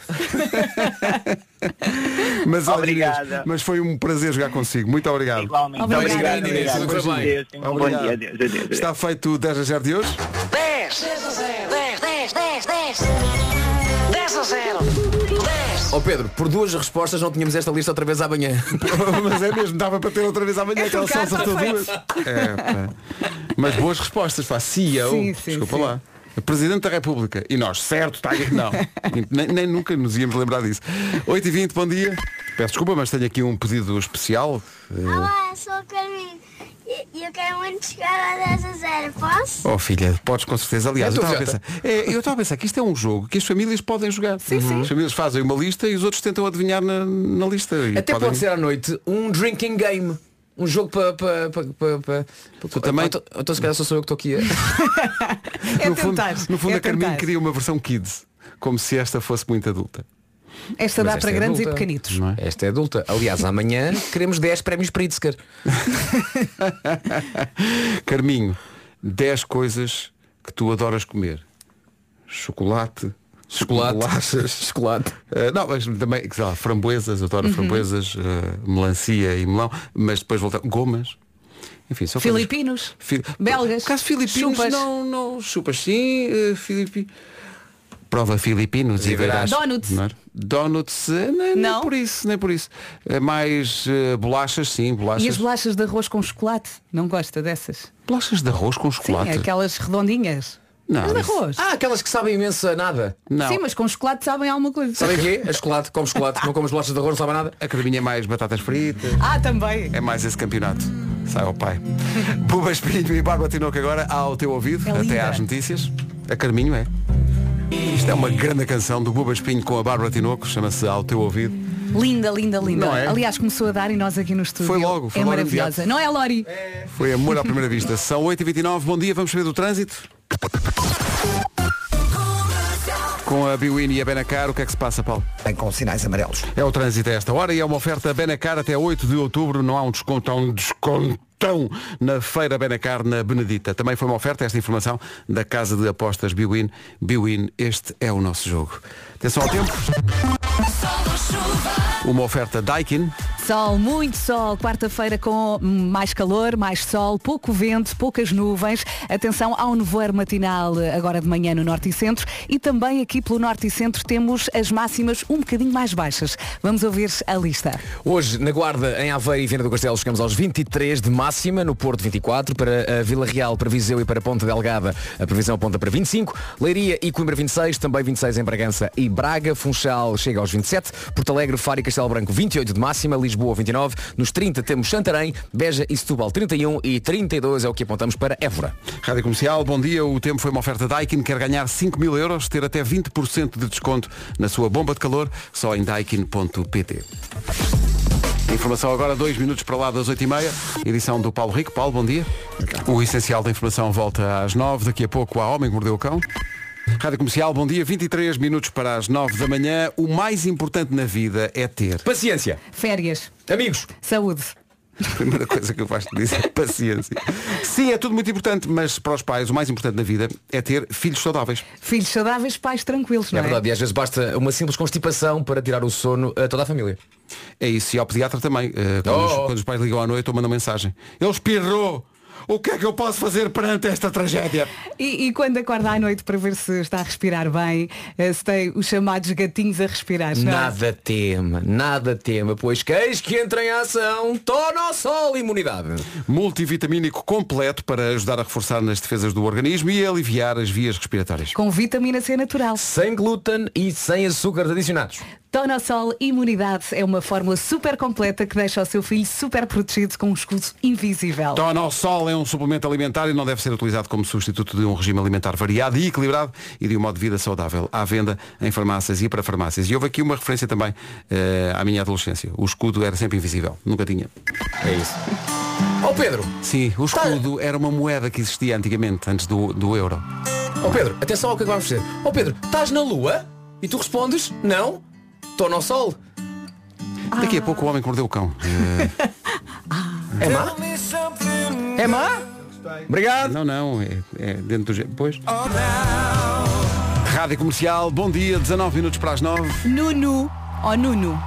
A: mas, olha,
H: Obrigada.
A: Inês, mas foi um prazer jogar consigo. Muito obrigado.
H: Igualmente.
D: Obrigada,
H: Obrigado,
D: Inês.
H: obrigado.
F: Tudo correu bem.
H: Deus, tenha um Bom dia,
A: Obrigado.
H: adeus, adeus, adeus.
A: Está feito o 10 a 0 de hoje. *laughs*
B: 10 10 10 10 10 10 a 0 10
F: Ó Oh, Pedro, por duas respostas não tínhamos esta lista outra vez amanhã.
A: Mas é mesmo, dava para ter outra vez amanhã
D: É
A: aquela
D: trocar,
A: salsa
D: tá
A: toda
D: feito.
A: duas. É, pá. Mas boas respostas, pá, CEO.
D: Sim, sim,
A: Desculpa
D: sim.
A: lá. Presidente da República. E nós, certo, está aí. Não. nem, nem nunca nos íamos lembrar disso. 8h20, bom dia. Peço desculpa, mas tenho aqui um pedido especial.
G: Olá, sou o Carminho e, e eu quero muito chegar a 10 a 0, posso?
A: Oh filha, podes com certeza. Aliás, eu
F: Então,
A: estava a
F: já
A: pensar, é, eu estava a pensar que isto é um jogo que as famílias podem jogar. As famílias fazem uma lista e os outros tentam adivinhar na, na lista. E
F: Até
A: podem-
F: pode ser à noite um drinking game. Um jogo para. Pa, pa, pa, pa, pa,
A: Tu também-
F: Ou Então ou então se calhar só sou eu que estou aqui. *laughs* a-
D: É
A: no fundo,
D: tentar.
A: no fundo
D: é
A: a Carminho
D: tentar.
A: queria uma versão kids, como se esta fosse muito adulta.
D: Esta dá
F: Mas esta
D: para
F: é
D: grandes e
F: adulta.
D: pequenitos. *laughs*
A: Não é?
F: Esta é adulta. Aliás, amanhã queremos 10 prémios Pritzker.
A: Carminho, 10 coisas que tu adoras comer. Chocolate,
F: Chocolate.
A: bolachas.
F: Chocolate.
A: eh, não, mas também, sei lá,
D: Uhum.
A: framboesas, adoro framboesas, eh, melancia e melão, mas depois voltar. Gomas. Enfim, são coisas-
D: Filipinos?
A: Fi-
D: Belgas?
A: Por acaso filipinos
D: Chupas?
A: não, não. Chupas sim, eh, filipi... Prova filipinos e verás.
D: Donuts.
A: Não é? era? Donuts, eh, nem, nem
D: Não.
A: por isso, nem por isso. Eh, Mais eh, bolachas, sim, bolachas.
D: E as bolachas de arroz com chocolate? Não gosta dessas?
A: Bolachas de arroz com
D: Sim, é
A: chocolate.
D: aquelas redondinhas.
A: Não,
D: Mas de
A: isso-
D: arroz.
F: Ah, aquelas que sabem imenso a nada.
A: Não.
D: Sim, mas com chocolate sabem alguma coisa.
F: Sabem o quê? A chocolate, como chocolate, não como as bolachas de arroz, não sabe nada.
A: A caminha é mais batatas fritas.
D: Ah, também.
A: É mais esse campeonato. Sai ao
D: *laughs*
A: pai. Buba Espinho e Bárbara Tinoco agora ao teu ouvido,
D: É
A: até
D: linda.
A: às notícias. A Carminho é. Isto é uma grande canção do Buba Espinho com a Bárbara Tinoco, chama-se Ao Teu Ouvido.
D: Linda, linda, linda.
A: Não é?
D: Aliás, começou a dar e nós aqui no estúdio.
A: Foi logo, foi
D: É
A: logo
D: maravilhosa. Não é, Lori?
A: Foi amor à primeira vista. São 8h29, bom dia, vamos saber do trânsito. Com a Biwin e a Benacar, o que é que se passa, Paulo?
C: Bem com sinais amarelos.
A: É o trânsito a esta hora e é uma oferta Benacar até 8 de outubro. Não há um desconto, há um descontão na Feira Benacar na Benedita. Também foi uma oferta esta informação da Casa de Apostas Biwin. Biwin, este é o nosso jogo. Atenção ao tempo. Uma oferta Daikin.
D: Sol, muito sol. Quarta-feira com mais calor, mais sol, pouco vento, poucas nuvens. Atenção ao nevoeiro matinal eh, agora de manhã no Norte e Centro. E também aqui pelo Norte e Centro temos as máximas um bocadinho mais baixas. Vamos ouvir a lista.
F: Hoje, na Guarda, em Aveiro e Viana do Castelo, chegamos aos 23 de máxima, no Porto 24, para a Vila Real, para Viseu e para Ponta Delgada, a previsão aponta para 25, Leiria e Coimbra 26, também 26 em Bragança e Braga, Funchal chega aos 27, Porto Alegre, Faro e Castelo Branco 28 de máxima, Lisboa 29, nos 30 temos Santarém, Beja e Setúbal 31 e 32 é o que apontamos para Évora.
A: Rádio Comercial, bom dia. O tempo foi uma oferta Daikin. Quer ganhar 5 mil euros, ter até 20% de desconto na sua bomba de calor, só em daikin.pt. Informação agora, dois minutos para lá das 8h30, edição do Paulo Rico. Paulo, bom dia. O essencial da informação volta às 9 daqui a pouco a Homem que Mordeu o Cão. Rádio Comercial, bom dia. 23 minutos para as 9 da manhã. O mais importante na vida é ter. *laughs*
F: Paciência,
D: Férias,
F: amigos,
D: saúde.
A: Primeira coisa que eu faço dizer é paciência. Sim, é tudo muito importante, mas para os pais o mais importante na vida é ter filhos saudáveis.
D: Filhos saudáveis, pais tranquilos, não
F: é
D: é?
F: verdade, e às vezes basta uma simples constipação para tirar o sono a toda a família.
A: É isso, e ao pediatra também. eh, quando,
F: Oh,
A: os,
F: oh.
A: quando os pais ligam à noite ou mandam mensagem. Ele espirrou! O que é que eu posso fazer perante esta tragédia?
D: E, e quando acorda à noite para ver se está a respirar bem, eh, se tem os chamados gatinhos a respirar. não é?
F: Nada tema, nada tema, pois que eis que entra em ação, torna ao sol imunidade.
A: Multivitamínico completo para ajudar a reforçar nas defesas do organismo e aliviar as vias respiratórias.
D: Com vitamina C natural.
F: Sem glúten e sem açúcares adicionados.
D: Tonosol Imunidade é uma fórmula super completa que deixa o seu filho super protegido com um escudo invisível.
A: Tonosol é um suplemento alimentar e não deve ser utilizado como substituto de um regime alimentar variado e equilibrado e de um modo de vida saudável. À venda em farmácias e para farmácias. E houve aqui uma referência também eh, à minha adolescência. O escudo era sempre invisível. Nunca tinha.
F: É isso. Ó Pedro,
A: Sim, o escudo era uma moeda que existia antigamente, antes do, do euro.
F: ó Pedro, atenção ao que vamos fazer. Ó Pedro, estás na lua? E tu respondes, não, estou no sol.
A: Daqui a pouco o homem que mordeu o cão.
F: É má? É má? Obrigado.
A: *laughs* Não, não, é, é dentro do... jeito. Pois. Rádio Comercial, bom dia, 19 minutos para as 9.
D: Nuno, oh Nuno,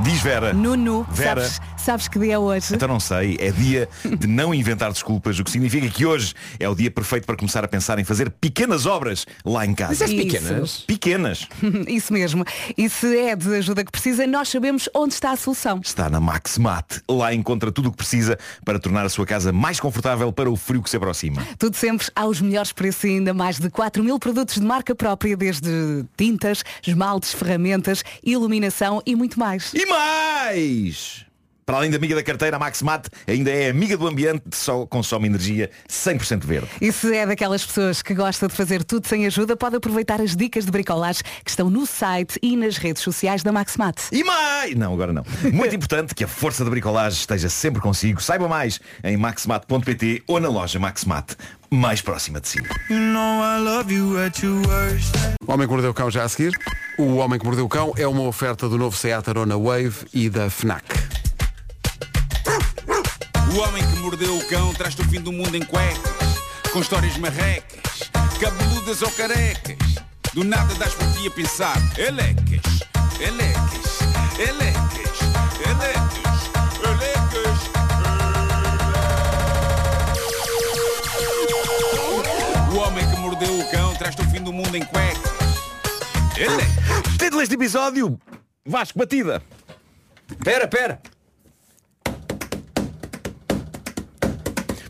I: Diz Vera.
D: Nuno,
I: Vera.
D: sabes, sabes que dia é hoje?
I: Então não sei, é dia de não inventar desculpas, o que significa que hoje é o dia perfeito para começar a pensar em fazer pequenas obras lá em casa.
F: Disseste
D: é Isso.
F: pequenas.
I: Pequenas.
D: Isso *laughs* mesmo. E se é de ajuda que precisa, nós sabemos onde está a solução.
I: Está na Maxmat. Lá encontra tudo o que precisa para tornar a sua casa mais confortável para o frio que se aproxima.
D: Tudo sempre aos melhores preços e ainda mais de 4 mil produtos de marca própria, desde tintas, esmaltes, ferramentas, iluminação e muito mais.
I: E mais! Para além da amiga da carteira, a Maxmat ainda é amiga do ambiente, só consome energia 100% verde.
D: E se é daquelas pessoas que gosta de fazer tudo sem ajuda, pode aproveitar as dicas de bricolage que estão no site e nas redes sociais da Maxmat.
I: E mais! Não, agora não. Muito importante que a força da bricolagem esteja sempre consigo. Saiba mais em maxmat.pt ou na loja Maxmat, mais próxima de si.
A: O Homem que Mordeu o Cão já a seguir. O Homem que Mordeu o Cão é uma oferta do novo Seat Arona Wave e da FNAC.
J: O homem que mordeu o cão traz-te o fim do mundo em cuecas, com histórias marrecas, cabeludas ou carecas. Do nada das por ti a pensar, elecas, elecas, elecas, elecas, elecas. traz-te o fim do mundo em cuecas. Ele
I: Título deste episódio, Vasco, batida.
F: Pera, pera.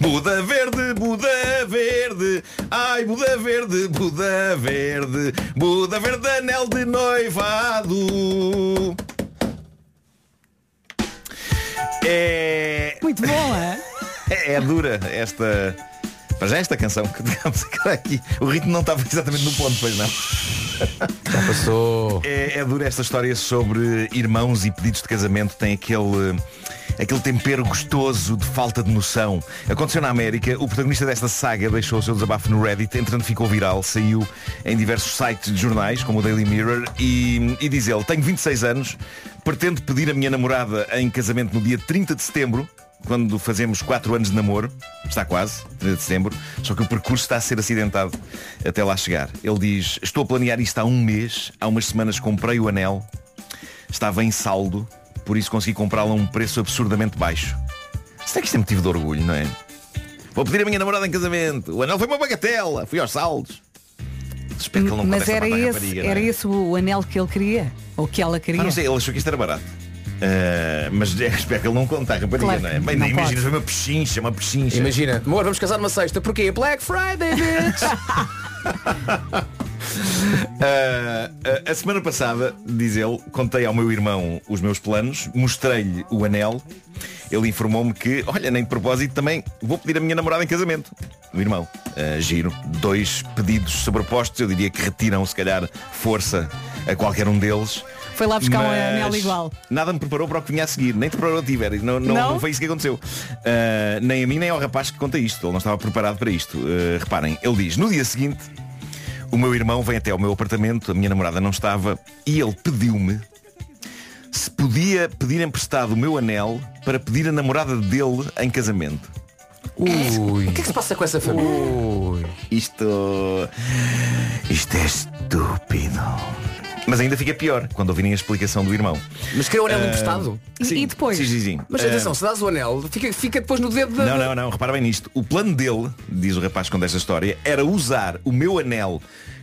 I: Buda verde, Buda verde, ai Buda verde, Buda verde, Buda verde, anel de noivado. É,
D: Muito boa.
I: é, é dura esta. Para já esta canção que tocámos *laughs* agora aqui. O ritmo não estava exatamente no ponto, pois não.
F: Passou.
I: É, é dura esta história sobre irmãos e pedidos de casamento tem aquele eh, aquele tempero gostoso de falta de noção. Aconteceu na América, o protagonista desta saga deixou o seu desabafo no Reddit, entretanto ficou viral, saiu em diversos sites de jornais, como o Daily Mirror, e, e diz ele, tenho 26 anos, pretendo pedir a minha namorada em casamento no dia 30 de setembro, quando fazemos 4 anos de namoro, está quase, 30 de setembro, só que o percurso está a ser acidentado até lá chegar. Ele diz, estou a planear isto há um mês, há umas semanas comprei o anel, estava em saldo, por isso consegui comprá-la a um preço absurdamente baixo. Será que isto é motivo de orgulho, não é? Vou pedir a minha namorada em casamento. O anel foi uma bagatela, fui aos saldos. Suspeito que ele não
D: Mas
I: conta esta
D: era
I: parte à
D: esse,
I: rapariga, não
D: era
I: é?
D: esse o anel que ele queria? Ou que ela queria?
I: Ah, não sei, ele achou que isto era barato. Ah, mas é, *laughs* espero que ele não conta a rapariga,
D: Claro
I: não é?
D: que
I: Bem,
D: não pode.
I: imagina, foi uma pechincha, uma pechincha.
F: Imagina, amor, vamos casar numa sexta. Porquê? Black Friday,
I: *laughs*
F: bitch!
I: Ah, ah, a semana passada, diz ele, contei ao meu irmão os meus planos, mostrei-lhe o anel. Ele informou-me que, olha, nem de propósito também vou pedir a minha namorada em casamento. O irmão, ah, giro, dois pedidos sobrepostos, eu diria que retiram se calhar força a qualquer um deles.
D: Foi lá buscar um
I: Mas
D: anel igual.
I: Nada me preparou para o que vinha a seguir, nem te preparou a ti, Vera. Não, não,
D: Não?
I: não foi isso que aconteceu. Ah, nem a mim, nem ao rapaz que conta isto. Ele não estava preparado para isto. Ah, reparem, ele diz, no dia seguinte, o meu irmão vem até ao meu apartamento, a minha namorada não estava, e ele pediu-me se podia pedir emprestado o meu anel para pedir a namorada dele em casamento.
A: Ui.
F: O que é que se passa com essa família?
I: Uh. Isto. Isto é estúpido. Mas ainda fica pior quando ouvirem a explicação do irmão.
F: Mas queria o
I: Uh.
F: anel emprestado.
D: E- e depois?
I: Sim, sim, sim.
F: Mas
I: Ah,
F: atenção, se dás o anel, fica, fica depois no dedo da.
I: Não, não, não, repara bem nisto. O plano dele, diz o rapaz que conta esta história, era usar o meu anel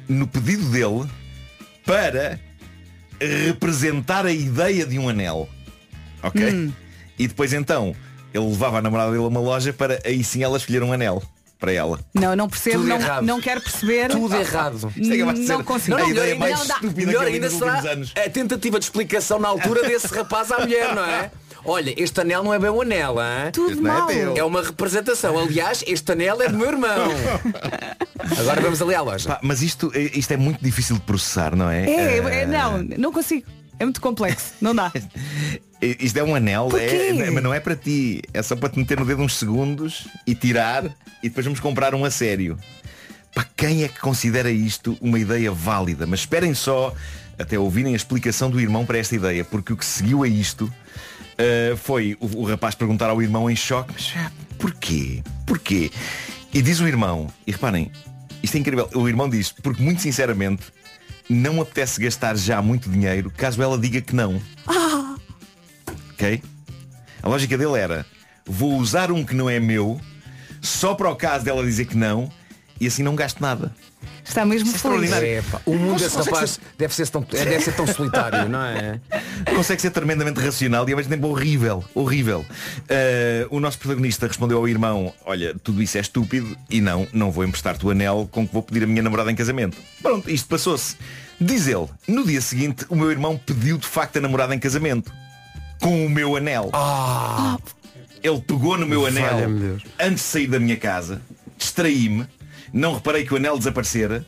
I: no pedido dele para representar a ideia de um anel. Ok?
D: Hum.
I: E depois então, ele levava a namorada dele a uma loja para aí sim ela escolher um anel para ela.
D: Não, não percebo,
F: Tudo
D: não,
F: errado.
D: não quero perceber.
F: Tudo Ah, errado.
I: Isto é capaz de
D: Hum, Não
I: ser
D: consigo.
I: a
D: Não,
I: ideia é
D: melhor ainda-
I: mais
D: não dá.
I: estúpida que eu
F: Melhor
I: vi
F: ainda
I: nos
F: será
I: últimos anos.
F: a tentativa de explicação na altura desse rapaz à mulher,
I: *laughs*
F: não é? Olha, este anel não é bem um anel, hein?
D: Tudo
I: Este não é
D: mal.
I: teu.
F: É uma representação. Aliás, este anel é do meu irmão.
I: *laughs*
F: Agora vamos ali à loja.
I: Pá, mas isto, isto é muito difícil de processar, não é?
D: É,
I: Ah,
D: é, não, não consigo. É muito complexo. Não dá.
I: Eh, *laughs* Isto é um anel,
D: Porquê?
I: é, não é- mas não é para ti. É só para te meter no dedo uns segundos e tirar e depois vamos comprar um a sério. Para quem é que considera isto uma ideia válida? Mas esperem só até ouvirem a explicação do irmão para esta ideia, porque o que seguiu a isto ah, foi o, o rapaz perguntar ao irmão em choque, mas ah, porquê? Porquê? E diz o irmão, e reparem, isto é incrível, o irmão diz, porque muito sinceramente não apetece gastar já muito dinheiro caso ela diga que não. Ok? A lógica dele era Vou usar um que não é meu Só para o caso dela dizer que não E assim não gasto nada
D: Está mesmo feliz.
I: extraordinário.
F: É, pá, o mundo desse
I: Consegue
F: rapaz deve ser, tão, é, deve ser tão solitário, não é?
I: Consegue ser tremendamente racional e ao mesmo tempo horrível Horrível Ah, O nosso protagonista respondeu ao irmão Olha, tudo isso é estúpido E não, não vou emprestar-te o anel com que vou pedir a minha namorada em casamento Pronto, isto passou-se Diz ele No dia seguinte, o meu irmão pediu de facto a namorada em casamento Com o meu anel Ele pegou no meu anel
A: Ah. Valha-me Deus.
I: antes de sair da minha casa, distraí-me, não reparei que o anel desaparecera,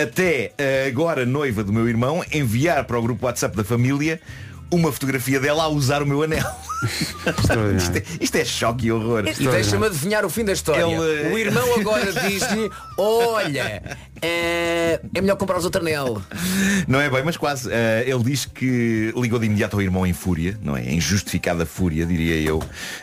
I: até a agora noiva do meu irmão enviar para o grupo WhatsApp da família uma fotografia dela a usar o meu anel. *laughs* isto, é, isto é choque e horror.
F: E deixa-me adivinhar o fim da história.
I: Ele, eh,
F: O irmão agora
I: *laughs*
F: diz-lhe, olha, é, é melhor comprar os outro anel.
I: *laughs* Não é bem, mas quase. Ah, ele diz que ligou de imediato ao irmão em fúria, não é? Em justificada fúria, diria eu.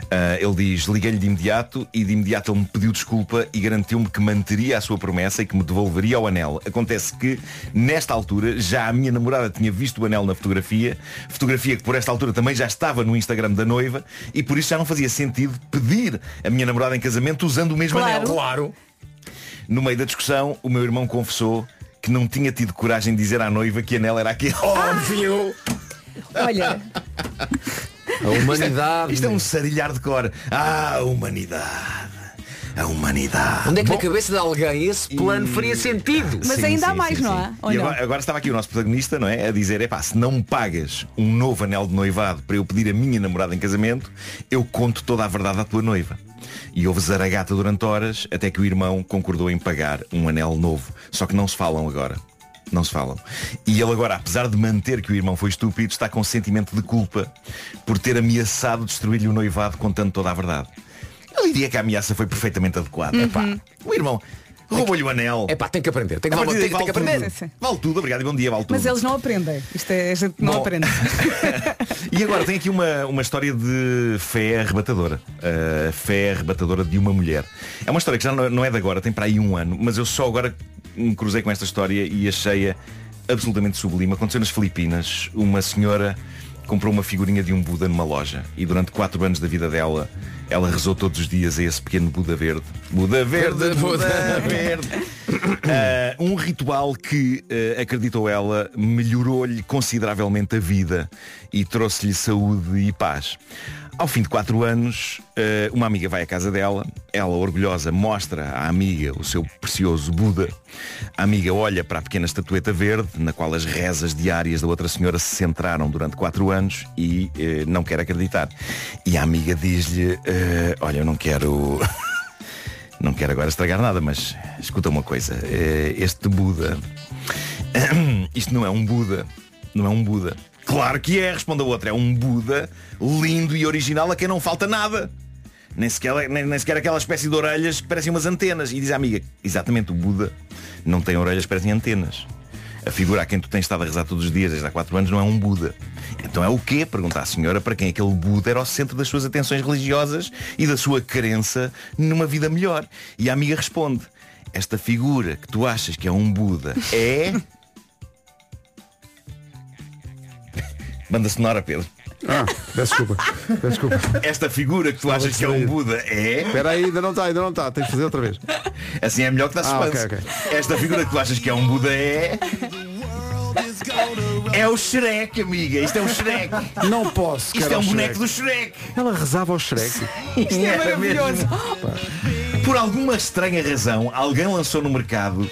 I: Ah, ele diz, liguei-lhe de imediato e de imediato ele me pediu desculpa e garantiu-me que manteria a sua promessa e que me devolveria o anel. Acontece que, nesta altura, já a minha namorada tinha visto o anel na fotografia, fotografia que por esta altura também já estava no Instagram da noiva e por isso já não fazia sentido pedir a minha namorada em casamento usando o mesmo
D: Claro.
I: anel. Claro. No meio da discussão, o meu irmão confessou que não tinha tido coragem de dizer à noiva que anel era aquele.
F: Ah!
I: Óbvio!
K: Olha,
F: A humanidade.
I: Isto é um sarilhar de cor. Ah, humanidade. A humanidade.
F: Onde é que
I: Bom,
F: na cabeça de alguém esse plano faria sentido?
D: Mas
I: Sim,
D: ainda há
I: sim,
D: mais,
I: sim,
D: não
I: sim.
D: há? Ou
I: E
D: não?
I: agora, agora estava aqui o nosso protagonista, não é? A dizer, epá, se não me pagas um novo anel de noivado para eu pedir a minha namorada em casamento, eu conto toda a verdade à tua noiva. E houve zaragata durante horas, até que o irmão concordou em pagar um anel novo. Só que não se falam agora. Não se falam. E ele agora, apesar de manter que o irmão foi estúpido, está com um sentimento de culpa por ter ameaçado destruir-lhe o noivado contando toda a verdade. Eu diria que a ameaça foi perfeitamente adequada. Epá,
D: Uhum.
I: o irmão roubou-lhe o anel.
F: É pá, tem que aprender. Tem que,
I: A
F: vale,
I: partir
F: tem,
I: daí
F: tem que
I: vale
F: aprender.
I: tudo. Vale tudo, obrigado e bom dia, vale tudo.
D: Mas eles não aprendem. Isto é, a gente não
I: Bom.
D: aprende.
I: *laughs* E agora tem aqui uma, uma história de fé arrebatadora. Uh, fé arrebatadora de uma mulher. É uma história que já não não é de agora, tem para aí um ano, mas eu só agora me cruzei com esta história e achei-a absolutamente sublime. Aconteceu nas Filipinas. Uma senhora comprou uma figurinha de um Buda numa loja e durante quatro anos da vida dela ela rezou todos os dias a esse pequeno Buda verde. Buda verde,
F: Verde, Buda.
I: Buda verde. Ah, um ritual que, ah, acreditou ela, melhorou-lhe consideravelmente a vida e trouxe-lhe saúde e paz. Ao fim de quatro anos, ah, uma amiga vai à casa dela, ela orgulhosa mostra à amiga o seu precioso Buda. A amiga olha para a pequena estatueta verde, na qual as rezas diárias da outra senhora se centraram durante quatro anos e eh, não quer acreditar. E a amiga diz-lhe, ah, olha, eu não quero. Não quero agora estragar nada, mas escuta uma coisa. Eh, Este Buda. Isto não é um Buda. Não é um Buda. Claro que é, responde a outra. É um Buda lindo e original a quem não falta nada. Nem sequer, nem, nem sequer aquela espécie de orelhas que parecem umas antenas. E diz a amiga, exatamente, o Buda não tem orelhas, parecem antenas. A figura a quem tu tens estado a rezar todos os dias desde há quatro anos não é um Buda. Então é o quê? Pergunta a senhora para quem aquele Buda era o centro das suas atenções religiosas e da sua crença numa vida melhor. E a amiga responde, esta figura que tu achas que é um Buda é. Banda sonora, Pedro.
A: Ah, peço desculpa. Peço desculpa.
I: Esta figura que tu achas que é um Buda é.
A: Espera aí, ainda não está, ainda não está. Tens de fazer outra vez.
I: Assim é melhor que dá
A: Ah,
I: suspense.
A: ok,
I: Esta figura que tu achas que é um Buda é. É o Shrek, amiga. Isto é um Shrek.
A: Não posso.
I: Isto
A: quero
I: é um
A: ao Shrek. é
I: boneco do Shrek.
A: Ela rezava ao Shrek.
I: Isto é maravilhoso. Por alguma estranha razão, alguém lançou no mercado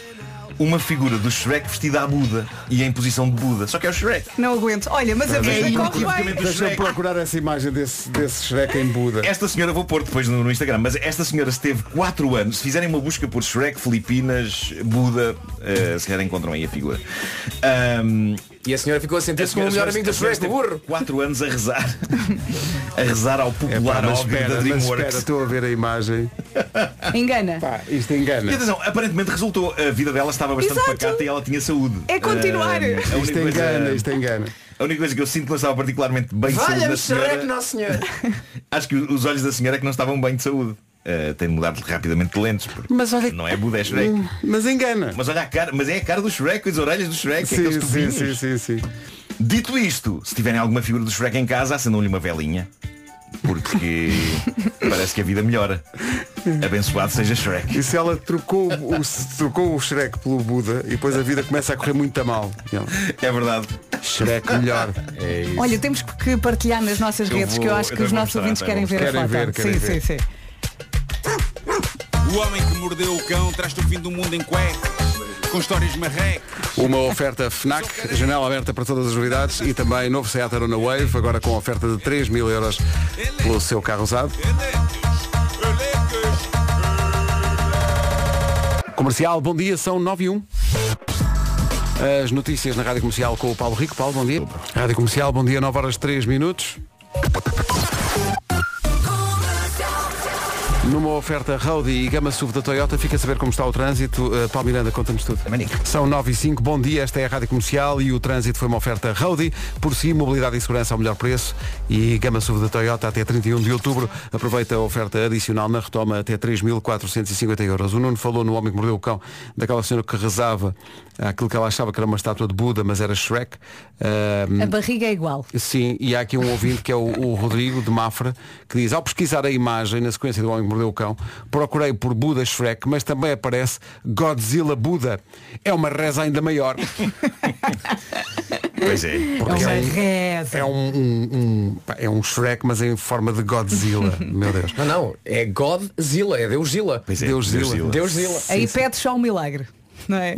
I: uma figura do Shrek vestida a Buda e em posição de Buda. Só que é o Shrek.
D: Não aguento. Olha, mas a
I: É
D: vida corre bem.
I: inequivocamente o
A: Deixa-me
I: Shrek. É
A: procurar essa imagem desse, desse Shrek em Buda.
I: Esta senhora vou pôr depois no, no Instagram, mas esta senhora esteve 4 anos. Se fizerem uma busca por Shrek, Filipinas, Buda, eh, se calhar encontram aí a figura. Ahm,
F: E a senhora ficou a sentir-se como o melhor amigo do Shrek, o burro.
I: 4 anos a rezar. *laughs* A rezar ao popular
A: mas
I: ogre da
A: espera, mas espera,
I: Dreamworks.
A: estou a ver a imagem.
D: Engana.
A: Pá, isto
I: E
A: engana.
I: atenção, aparentemente resultou. A vida dela estava bastante
D: Exato.
I: pacata e ela tinha saúde.
D: É continuar.
I: Ah, a,
A: Isto é
I: única
A: engana,
I: coisa,
A: isto engana.
I: a única coisa que eu sinto que não estava particularmente bem de saúde da
F: Valha-me
I: senhora,
F: Shrek, nosso senhor.
I: Acho que os olhos da senhora é que não estavam bem de saúde. Ah, tem de mudar rapidamente de lentes. porque
A: Mas olha-
I: Não é Buda, é Shrek.
A: Hum, Mas engana.
I: Mas olha a cara, mas é a cara do Shrek, as orelhas do Shrek, é aqueles
A: Sim, sim,
I: tubinhos.
A: sim, sim, sim.
I: Dito isto, se tiverem alguma figura do Shrek em casa, acendam-lhe uma velinha. *laughs* Porque parece que a vida melhora. Abençoado seja Shrek.
A: E se ela trocou o, se trocou o Shrek pelo Buda e depois a vida começa a correr muito a mal. E ela,
I: É verdade.
A: Shrek melhor.
I: É.
D: Olha, temos que partilhar nas nossas
I: Eu
D: redes,
I: vou-
D: que eu acho
I: eu
D: que os
I: vou
D: nossos
I: mostrar,
D: ouvintes
I: eu
D: querem
I: vou
D: ver a
A: mostrar.
D: foto.
A: Querem ver, querem
D: sim,
A: ver.
D: sim, sim.
J: O homem que mordeu o cão traz-te o fim do mundo em cuecas, com histórias marrecas.
A: Uma oferta FNAC, janela aberta para todas as unidades e também novo Seat Arona Wave, agora com oferta de 3 mil euros pelo seu carro usado.
J: Elecas, elecas.
A: Comercial, bom dia, são 9 e 1. As notícias na Rádio Comercial com o Paulo Rico. Paulo, bom dia. Rádio Comercial, bom dia, 9 horas 3 minutos. Numa oferta Audi e gama SUV da Toyota, fica a saber como está o trânsito. Uh, Paulo Miranda, conta-nos tudo. São 9 e 5, bom dia, esta é a Rádio Comercial e o trânsito foi uma oferta Audi. Por si, mobilidade e segurança ao melhor preço e gama SUV da Toyota até 31 de outubro. Aproveita a oferta adicional na retoma até 3.450 euros. O Nuno falou no Homem que Mordeu o Cão, daquela senhora que rezava aquilo que ela achava que era uma estátua de Buda, mas era Shrek. Uh,
D: A barriga é igual.
A: Sim, e há aqui um ouvinte que é o, o Rodrigo de Mafra que diz, ao pesquisar a imagem na sequência do Homem que Mordeu Mordeu o Cão, procurei por Buda Shrek, mas também aparece Godzilla Buda. É uma reza ainda maior.
I: Pois é.
D: É uma
A: é um-
D: reza.
A: É um, um- um- pá, é um Shrek, mas em forma de
D: *laughs*
A: Godzilla. Meu Deus.
F: Não, não, é Godzilla, é Deusila.
I: Pois é,
A: Deusila.
I: Deusila.
F: Deusila.
D: Aí pede só um milagre, não é?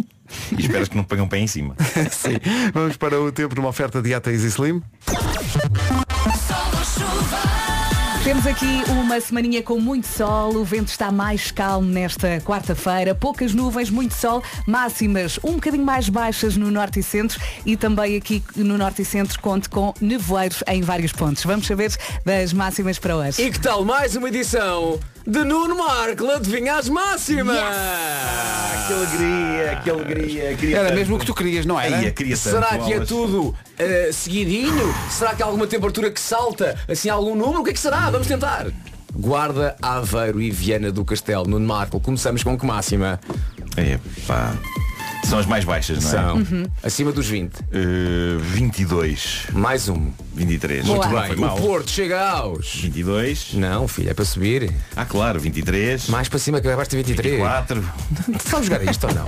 I: E esperas que não te peguem um pé em cima.
A: Sim. Vamos para o tempo numa oferta de Ata Easy Slim.
D: Temos aqui uma semaninha com muito sol, o vento está mais calmo nesta quarta-feira, poucas nuvens, muito sol, máximas um bocadinho mais baixas no norte e centro e também aqui no norte e centro conto com nevoeiros em vários pontos. Vamos saber das máximas para hoje.
F: E que tal mais uma edição de Nuno Marco, adivinha as máximas!
I: Ah, Que alegria, que alegria. Queria
A: Era
I: tanto.
A: mesmo o que tu querias, não era?
I: Ai, queria tanto,
F: Será que é
I: bolas.
F: tudo eh, seguidinho? Será que há alguma temperatura que salta? Assim, algum número? O que é que será? Vamos tentar! Guarda, Aveiro e Viana do Castelo, Nuno Marco. Começamos com que máxima?
I: Epá. São as mais baixas, não é?
F: São acima dos 20.
I: Eh, 22,
F: Mais um.
I: 23.
D: Boa.
I: Muito
D: Não
I: Foi
F: Bem,
I: mal.
F: o Porto chega aos.
I: 22.
F: Não, filho, é para subir.
I: Ah, claro, 23.
F: Mais para cima que abaixo de 23.
I: 24.
F: Vamos jogar isto ou não?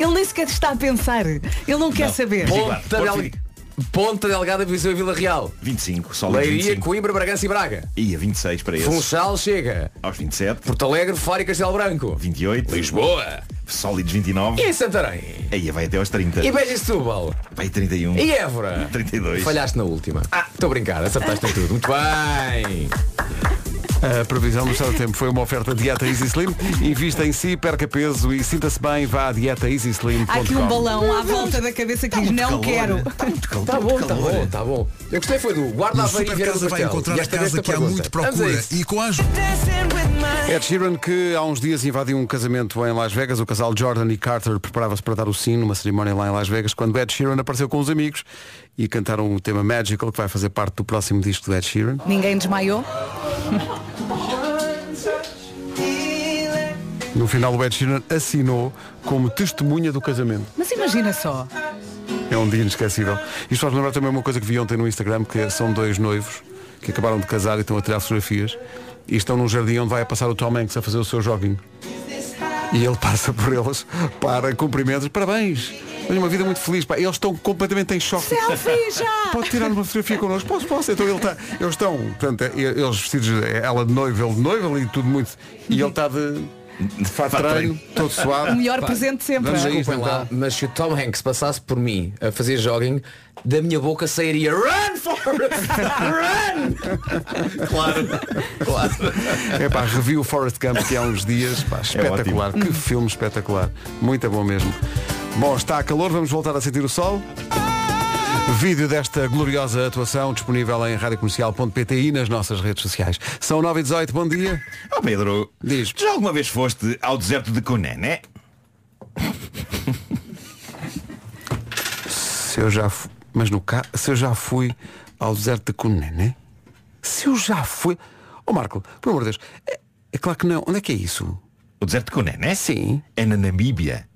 D: Ele nem sequer está a pensar, ele não quer saber.
I: Bom.
F: Ponta, del... Ponta Delgada, Viseu e Vila Real.
I: 25. Só
F: Leiria,
I: 25.
F: Coimbra, Bragança e Braga.
I: E a 26 para esses.
F: Funchal chega.
I: Aos 27.
F: Porto Alegre, Faro e Castelo Branco.
I: 28.
F: Lisboa.
I: Sólidos 29.
F: E em Santarém?
I: Aí vai até aos 30.
F: E Beja e Setúbal?
I: Vai 31.
F: E é- Évora?
I: 32.
F: Falhaste na última. Ah, estou a brincar, acertaste em tudo. Muito bem.
A: A previsão do estado do tempo foi uma oferta de Dieta Easy Slim. Invista em si, perca peso e sinta-se bem. Vá a dietaeasyslim.com.
D: Há aqui um balão à volta da cabeça que diz não quero.
F: Está Tá bom, está bom, está bom. Eu gostei foi do guarda a e Vieira do
K: Supercasa vai
F: Castelo.
K: encontrar
F: E
K: a
F: esta
K: casa
F: desta
K: que há
F: pergunta.
K: muito
F: Vamos
K: procura
F: a isso.
K: e com a ajuda.
A: Ed Sheeran, que há uns dias invadiu um casamento em Las Vegas, o casal Jordan e Carter preparava-se para dar o sino numa cerimónia lá em Las Vegas, quando Ed Sheeran apareceu com os amigos e cantaram o tema Magical, que vai fazer parte do próximo disco do Ed Sheeran.
D: Ninguém desmaiou.
A: No final, o Ed Sheeran assinou como testemunha do casamento.
D: Mas imagina só,
A: É um dia inesquecível. Isto faz lembrar também uma coisa que vi ontem no Instagram, que são dois noivos que acabaram de casar e estão a tirar fotografias e estão num jardim onde vai passar o Tom Hanks a fazer o seu joguinho. E ele passa por eles, para cumprimentos, parabéns, tenho uma vida muito feliz. Pá. Eles estão completamente em choque.
D: selfie já!
A: Pode tirar uma fotografia connosco? Posso, posso. Então ele está, eles estão, portanto, é- eles vestidos, é ela de noivo, ele de noivo, ali tudo muito. E ele está de, de fato de treino, todo suado.
D: O melhor presente de sempre.
A: vamos
D: não é?
A: a isto.
F: Desculpem lá, então. mas se o Tom Hanks passasse por mim a fazer jogging, da minha boca sairia Run Forrest! *laughs* Run! claro, claro.
A: É pá, revi o Forrest Gump que há uns dias, pá, espetacular, que filme espetacular, muito bom mesmo. Bom, está a calor, vamos voltar a sentir o sol. Vídeo desta gloriosa atuação disponível em radiocomercial.pt e nas nossas redes sociais. São 9 e 18 bom dia.
I: Oh, Pedro,
A: Diz.
I: tu já alguma vez foste ao deserto de Conan, né?
A: Se eu já fui, mas no ca... se eu já fui ao deserto de Cunene, se eu já fui. Ó Marco, por amor de Deus, é, é claro que não. Onde é que é isso?
I: O deserto de Conan, né?
A: Sim.
I: É na Namíbia.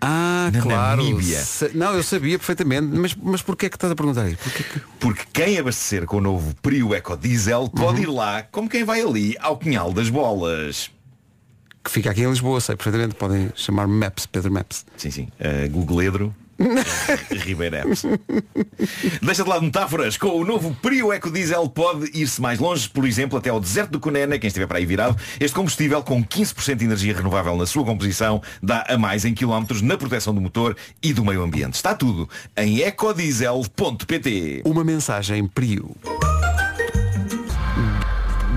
A: Ah,
I: Na
A: claro.
I: Namíbia.
A: Se- Não, eu sabia perfeitamente, mas, mas porquê é que estás a perguntar isso? Porquê que-
I: Porque quem abastecer com o novo Prio Ecodiesel
F: Uhum.
I: pode ir lá, como quem vai ali, ao Cunhal das Bolas.
A: que fica aqui em Lisboa, sei perfeitamente, podem chamar me Maps, Pedro Maps.
I: Sim, sim. Uh, Google
A: *laughs*
I: Edro. Ribeiro Apps. Deixa de lado metáforas. Com o novo Prio Eco Diesel pode ir-se mais longe, por exemplo, até ao deserto do Cunene, quem estiver para aí virado. Este combustível, com 15% de energia renovável na sua composição, dá a mais em quilómetros na proteção do motor e do meio ambiente. Está tudo em ecodiesel.pt.
A: Uma mensagem Prio.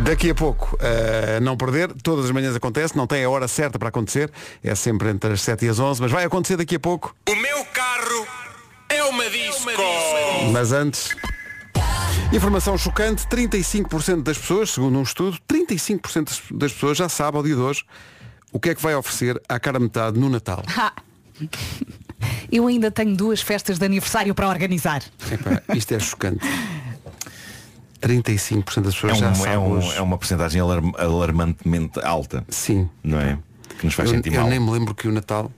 A: Daqui a pouco, eh, não perder, todas as manhãs acontece, não tem a hora certa para acontecer, é sempre entre as 7 e as 11, mas vai acontecer daqui a pouco.
J: O meu carro é uma disco.
A: Mas antes. Informação chocante, 35% das pessoas, segundo um estudo, 35% das- das pessoas já sabem ao dia de hoje o que é que vai oferecer à cara metade no Natal.
D: Ha! Eu ainda tenho duas festas de aniversário para organizar.
A: Epá, isto é chocante. 35% das
I: É,
A: pessoas já
I: um, é,
A: sabem
I: um-
A: hoje.
I: é uma porcentagem alarm- alarmantemente alta.
A: Sim.
I: Não é? Que nos faz
A: Eu,
I: sentir
A: eu
I: mal.
A: nem me lembro que o Natal.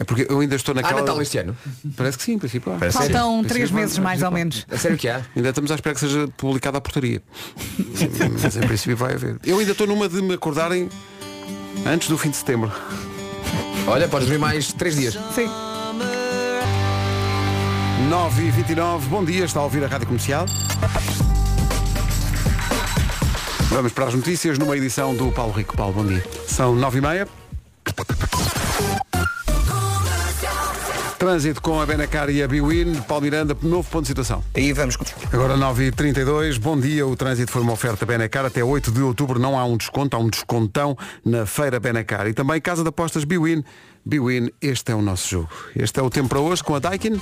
A: É porque eu ainda estou naquela.
F: Natal este ano?
A: Parece que sim, em princípio. há.
I: Parece que sim.
D: Faltam
A: Sim.
D: três
A: Sim,
D: meses
A: vamos,
D: mais
A: vamos,
D: ou menos.
F: A sério que há?
A: Ainda estamos à espera que
I: *laughs*
A: seja publicada a portaria. Mas em princípio vai haver. Eu ainda estou numa de me acordarem Antes do fim de setembro.
F: Olha, podes dormir mais três dias.
D: Sim.
A: 9 e 29 bom dia, está a ouvir a Rádio Comercial. Vamos para as notícias numa edição do Paulo Rico. Paulo, bom dia. São 9 e meia. Trânsito com a Benacar e a Biwin. Paulo Miranda, novo ponto de situação.
C: E vamos com-
A: Agora 9h32, bom dia. O trânsito foi uma oferta Benacar. Até 8 de outubro não há um desconto, há um descontão na feira Benacar. E também Casa de Apostas Biwin. Biwin, este é o nosso jogo. Este é o tempo para hoje com a Daikin.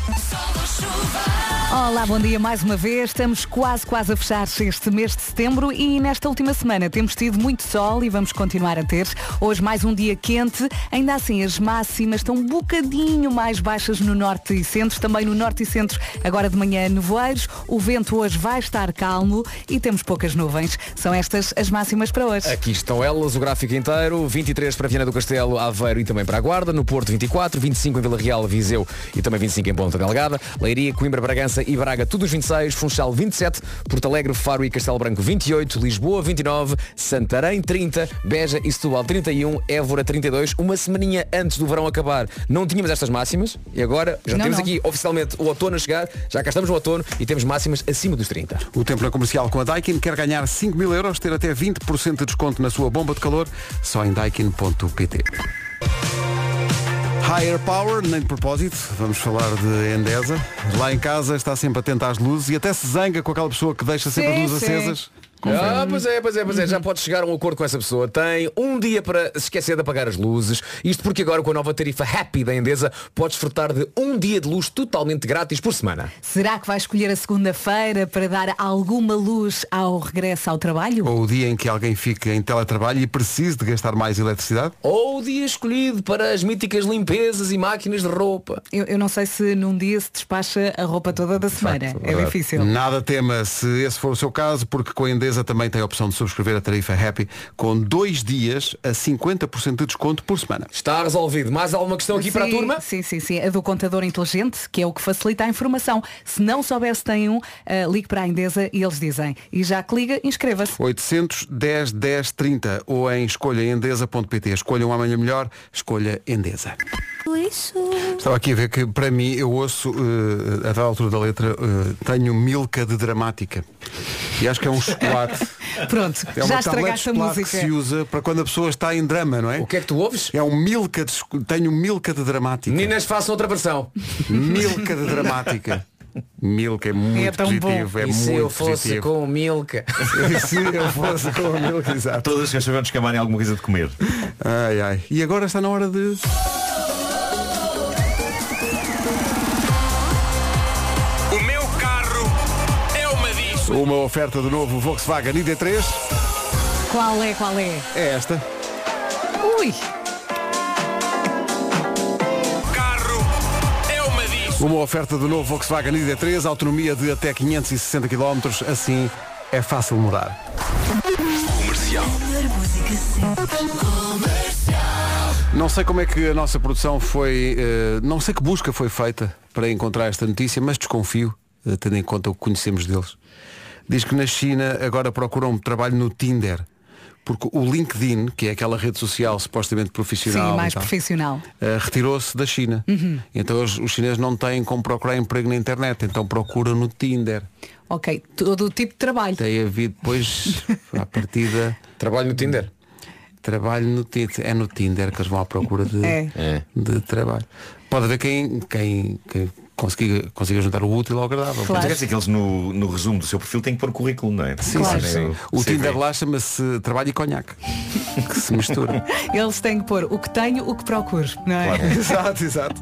D: Olá, bom dia mais uma vez. Estamos quase, quase a fechar este mês de setembro e nesta última semana temos tido muito sol e vamos continuar a ter. Hoje mais um dia quente. Ainda assim, as máximas estão um bocadinho mais baixas no norte e centro. Também no norte e centro, agora de manhã, nevoeiros. O vento hoje vai estar calmo e temos poucas nuvens. São estas as máximas para hoje.
F: Aqui estão elas, o gráfico inteiro, 23 para Viana do Castelo, Aveiro e também para a Guarda, no Porto 24, 25 em Vila Real, Viseu e também 25 em Ponta Delgada, Leiria, Coimbra, Bragança e Braga, tudo os 26, Funchal 27, Porto Alegre, Faro e Castelo Branco 28, Lisboa 29, Santarém 30, Beja e Setúbal 31, Évora 32, uma semaninha antes do verão acabar. Não tínhamos estas máximas e agora já
D: Não,
F: temos
D: não.
F: aqui oficialmente o outono a chegar, já cá estamos no outono e temos máximas acima dos 30.
A: O tempo na comercial com a Daikin quer ganhar 5 mil euros, ter até 20% de desconto na sua bomba de calor, só em daikin.pt. Higher Power, nem de propósito, vamos falar de Endesa. Lá em casa está sempre atenta às luzes e até se zanga com aquela pessoa que deixa sempre
D: Sim,
A: as luzes
D: sim.
A: acesas.
F: Ah, pois é, pois é, pois é. Já pode chegar a um acordo com essa pessoa. Tem um dia para se esquecer de apagar as luzes. Isto porque agora com a nova tarifa Happy da Endesa podes desfrutar de um dia de luz totalmente grátis por semana.
D: Será que vai escolher a segunda-feira para dar alguma luz ao regresso ao trabalho?
A: Ou o dia em que alguém fica em teletrabalho e precise de gastar mais eletricidade.
F: Ou o dia escolhido para as míticas limpezas e máquinas de roupa.
D: Eu, eu não sei se num dia se despacha a roupa toda da semana. é difícil.
A: Nada tema se esse for o seu caso, porque com a Endesa também tem a opção de subscrever a tarifa Happy com dois dias a 50% de desconto por semana.
F: Está resolvido. Mais alguma questão aqui para a
D: Sim,
F: turma?
D: Sim, sim, sim. A do contador inteligente, que é o que facilita a informação. Se não souber se tem um, ah, ligue para a Endesa e eles dizem. E já que liga, inscreva-se.
A: 810 10 30 ou em escolhaendesa.pt. Escolha um amanhã melhor, escolha Endesa. Estava aqui a ver que para mim eu ouço, eh, a dada altura da letra, eh, tenho milka de dramática. E acho que é um
D: *laughs*
A: chocolate.
D: Pronto,
A: É uma
D: já
A: tablete de
D: estragaste a
A: chocolate que
D: música.
A: se usa para quando a pessoa está em drama, não é?
F: O que é que tu ouves?
A: É um milka de, esco- tenho milka de dramática.
F: Meninas, façam outra versão.
A: Milka de dramática. Milka é muito
D: É tão bom.
A: positivo, é
F: e
A: muito
F: se eu fosse
A: *laughs* positivo.
F: com Milka?
A: se eu fosse com a Milka, exato.
I: Todas as pessoas vão descamarem alguma coisa de comer.
A: Ai, ai. E agora está na hora de.
J: O meu carro é uma disco.
A: Uma oferta do novo Volkswagen ID3
D: Qual é, qual é?
A: é esta.
D: Ui,
J: O carro é uma disco.
A: Uma oferta do novo Volkswagen ID3, autonomia de até 560 km, assim é fácil morar.
J: Comercial.
A: Não sei como é que a nossa produção foi, eh, não sei que busca foi feita para encontrar esta notícia, mas desconfio, eh, tendo em conta o que conhecemos deles. Diz que na China agora procuram um trabalho no Tinder, porque o LinkedIn, que é aquela rede social supostamente profissional,
D: sim,
A: e
D: mais
A: tal,
D: profissional.
A: Uh, retirou-se da China.
D: Uhum.
A: Então os, os chineses não têm como procurar emprego na internet, então procuram no Tinder.
D: Ok, todo o tipo de trabalho.
A: Tem havido depois, à partida,
F: Trabalho no Tinder.
A: trabalho no Tinder. É no Tinder que eles vão à procura de,
D: É.
F: É.
A: de trabalho. Pode haver quem, quem, quem consiga, consiga juntar o útil ao agradável.
D: Claro.
I: Mas é que eles no, no resumo do seu perfil têm que pôr currículo, não é? Sim,
D: Claro.
A: O Tinder lá chama-se trabalho e conhaque, que se
D: *laughs*
A: mistura.
D: Eles têm que pôr o que tenho, o que procuro, não é?
A: exato, exato.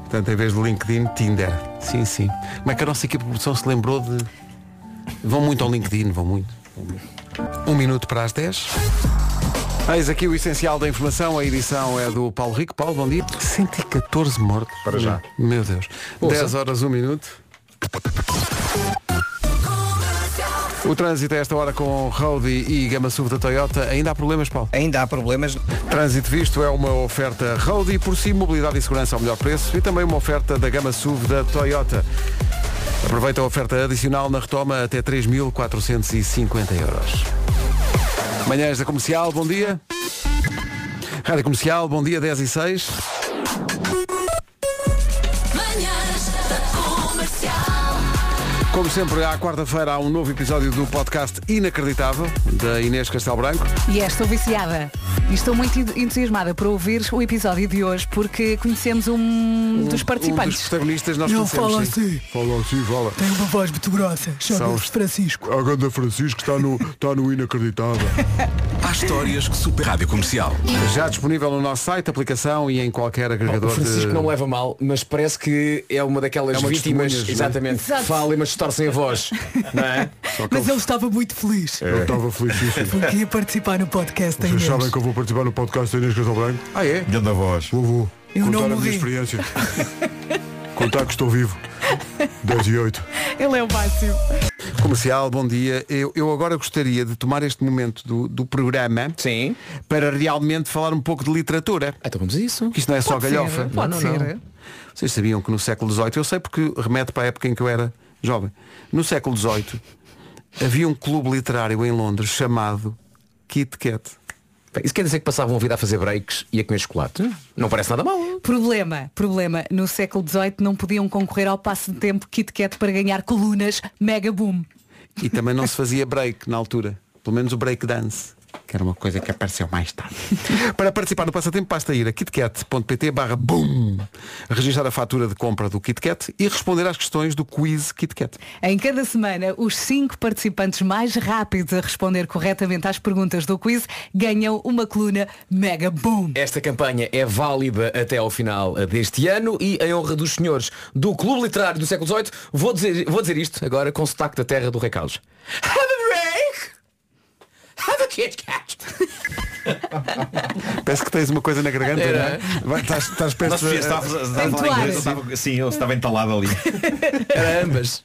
A: Portanto, em vez de LinkedIn, Tinder. Sim, sim. Como é que a nossa equipe de produção se lembrou de. Vão muito ao LinkedIn, vão muito. vão muito. Um minuto para as 10. Eis aqui o essencial da informação, a edição é do Paulo Rico. Paulo, bom dia. 114 mortos. Para já. Meu Deus. 10 horas, 1 minuto. O trânsito a esta hora com Rody e Gama SUV da Toyota. Ainda há problemas, Paulo?
C: Ainda há problemas.
A: Trânsito Visto é uma oferta Road e por si mobilidade e segurança ao melhor preço e também uma oferta da gama SUV da Toyota. Aproveita a oferta adicional na retoma até 3.450 euros. Manhãs da Comercial, bom dia. Rádio Comercial, bom dia, 10 e 6. Como sempre, à quarta-feira há um novo episódio do podcast inacreditável da Inês Castelo Branco.
D: E é, estou viciada. E estou muito en- entusiasmada para ouvir o episódio de hoje porque conhecemos um dos
A: Um dos
D: participantes.
A: protagonistas nós
E: Não
A: conhecemos.
E: fala
A: sim.
E: assim.
A: Fala assim, fala.
E: Tem uma voz muito grossa.
A: São-
E: Chama-se Francisco.
A: A Ganda Francisco está no, está no inacreditável.
J: Há histórias que super... Rádio Comercial.
A: Já disponível no nosso site, aplicação e em qualquer
F: O
A: agregador
F: Oh, Francisco
A: de...
F: não é? leva mal, mas parece que é uma daquelas
A: É uma
F: vítimas
A: testemunhas, não é?
F: exatamente,
D: Exato.
F: que fala mas distorcem a *laughs* voz. Não é?
E: Mas ele estava muito feliz.
A: Eu estava felicíssimo.
E: Porque ia participar no podcast da Inês.
A: eu vou participar no podcast da Inês Castelo Branco? Ah, é?
I: Grande voz.
A: Vou, vou.
E: Eu não morri.
A: experiência. Contar que estou vivo. 10 e 8.
D: Ele é o máximo.
A: Comercial, bom dia. Eu, eu agora gostaria de tomar este momento do, do programa
F: Sim.
A: para realmente falar um pouco de literatura.
F: Ah, Então vamos a isso. Ah,
A: Que isto não é só
D: Pode ser,
A: galhofa.
D: pode
F: é?
D: ser.
A: Vocês sabiam que no século XVIII, eu sei porque remete para a época em que eu era jovem, no século XVIII havia um clube literário em Londres chamado Kit Kat.
F: Bem, Isso quer dizer que passavam a vida a fazer breaks e a comer chocolate? Não parece nada mal.
D: Problema, problema. No século XVIII não podiam concorrer ao passo de tempo Kit Kat para ganhar colunas Mega Boom.
A: E também não se fazia break na altura. Pelo menos o break dance. Que era uma coisa que apareceu mais tarde. *laughs* Para participar do passatempo, basta ir a kitkat.pt barra boom, registrar a fatura de compra do KitKat e responder às questões do quiz KitKat.
D: Em cada semana, os cinco participantes mais rápidos a responder corretamente às perguntas do quiz ganham uma coluna Mega Boom.
F: Esta campanha é válida até ao final deste ano e em honra dos senhores do Clube Literário do século XVIII, vou dizer, vou dizer isto agora com sotaque da terra do Rei Carlos. Have a break! Have a Kit Kat!
A: Parece que tens uma coisa na garganta,
F: Era.
A: não é? Vai, Estás, estás perto
I: Nós
F: é
A: de-
I: estava, estava a falar
D: Entoar.
I: inglês, eu estava, sim, eu estava entalado
F: *laughs*
I: ali.
F: Era ambas.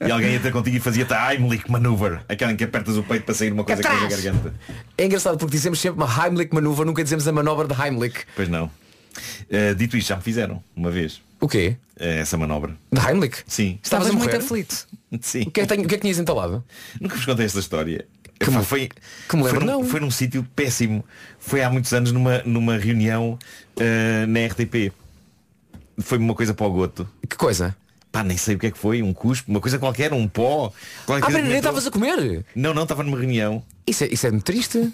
I: E alguém ia ter contigo e fazia-te a Heimlich Maneuver. Aquela em que apertas o peito para sair uma coisa que
F: Atrás.
I: na garganta.
F: É engraçado porque dizemos sempre uma Heimlich maneuver, nunca dizemos a manobra de Heimlich.
I: Pois não. Eh, dito isto, já me fizeram uma vez
F: O quê?
I: eh, essa manobra.
F: De Heimlich?
I: Sim. *laughs*
D: Estavas
F: Estavas a
D: muito
F: morrer?
D: aflito.
I: Sim.
F: O que é que, tenho- o que, é que tinhas entalado?
I: Nunca vos contei esta história.
F: Que
I: Pá,
F: me-
I: foi,
F: que me lembro,
I: foi num,
F: não.
I: foi num sítio péssimo. Foi há muitos anos numa, numa reunião eh, na RTP. Foi uma coisa para o goto.
F: Que coisa?
I: Pá, nem sei o que é que foi, um cuspo, uma coisa qualquer, um pó. qualquer
F: Ah,
I: coisa que
F: peraí,
I: entrou.
F: nem estavas a comer?
I: Não, não, estava numa reunião.
F: Isso é, isso é muito *laughs* triste.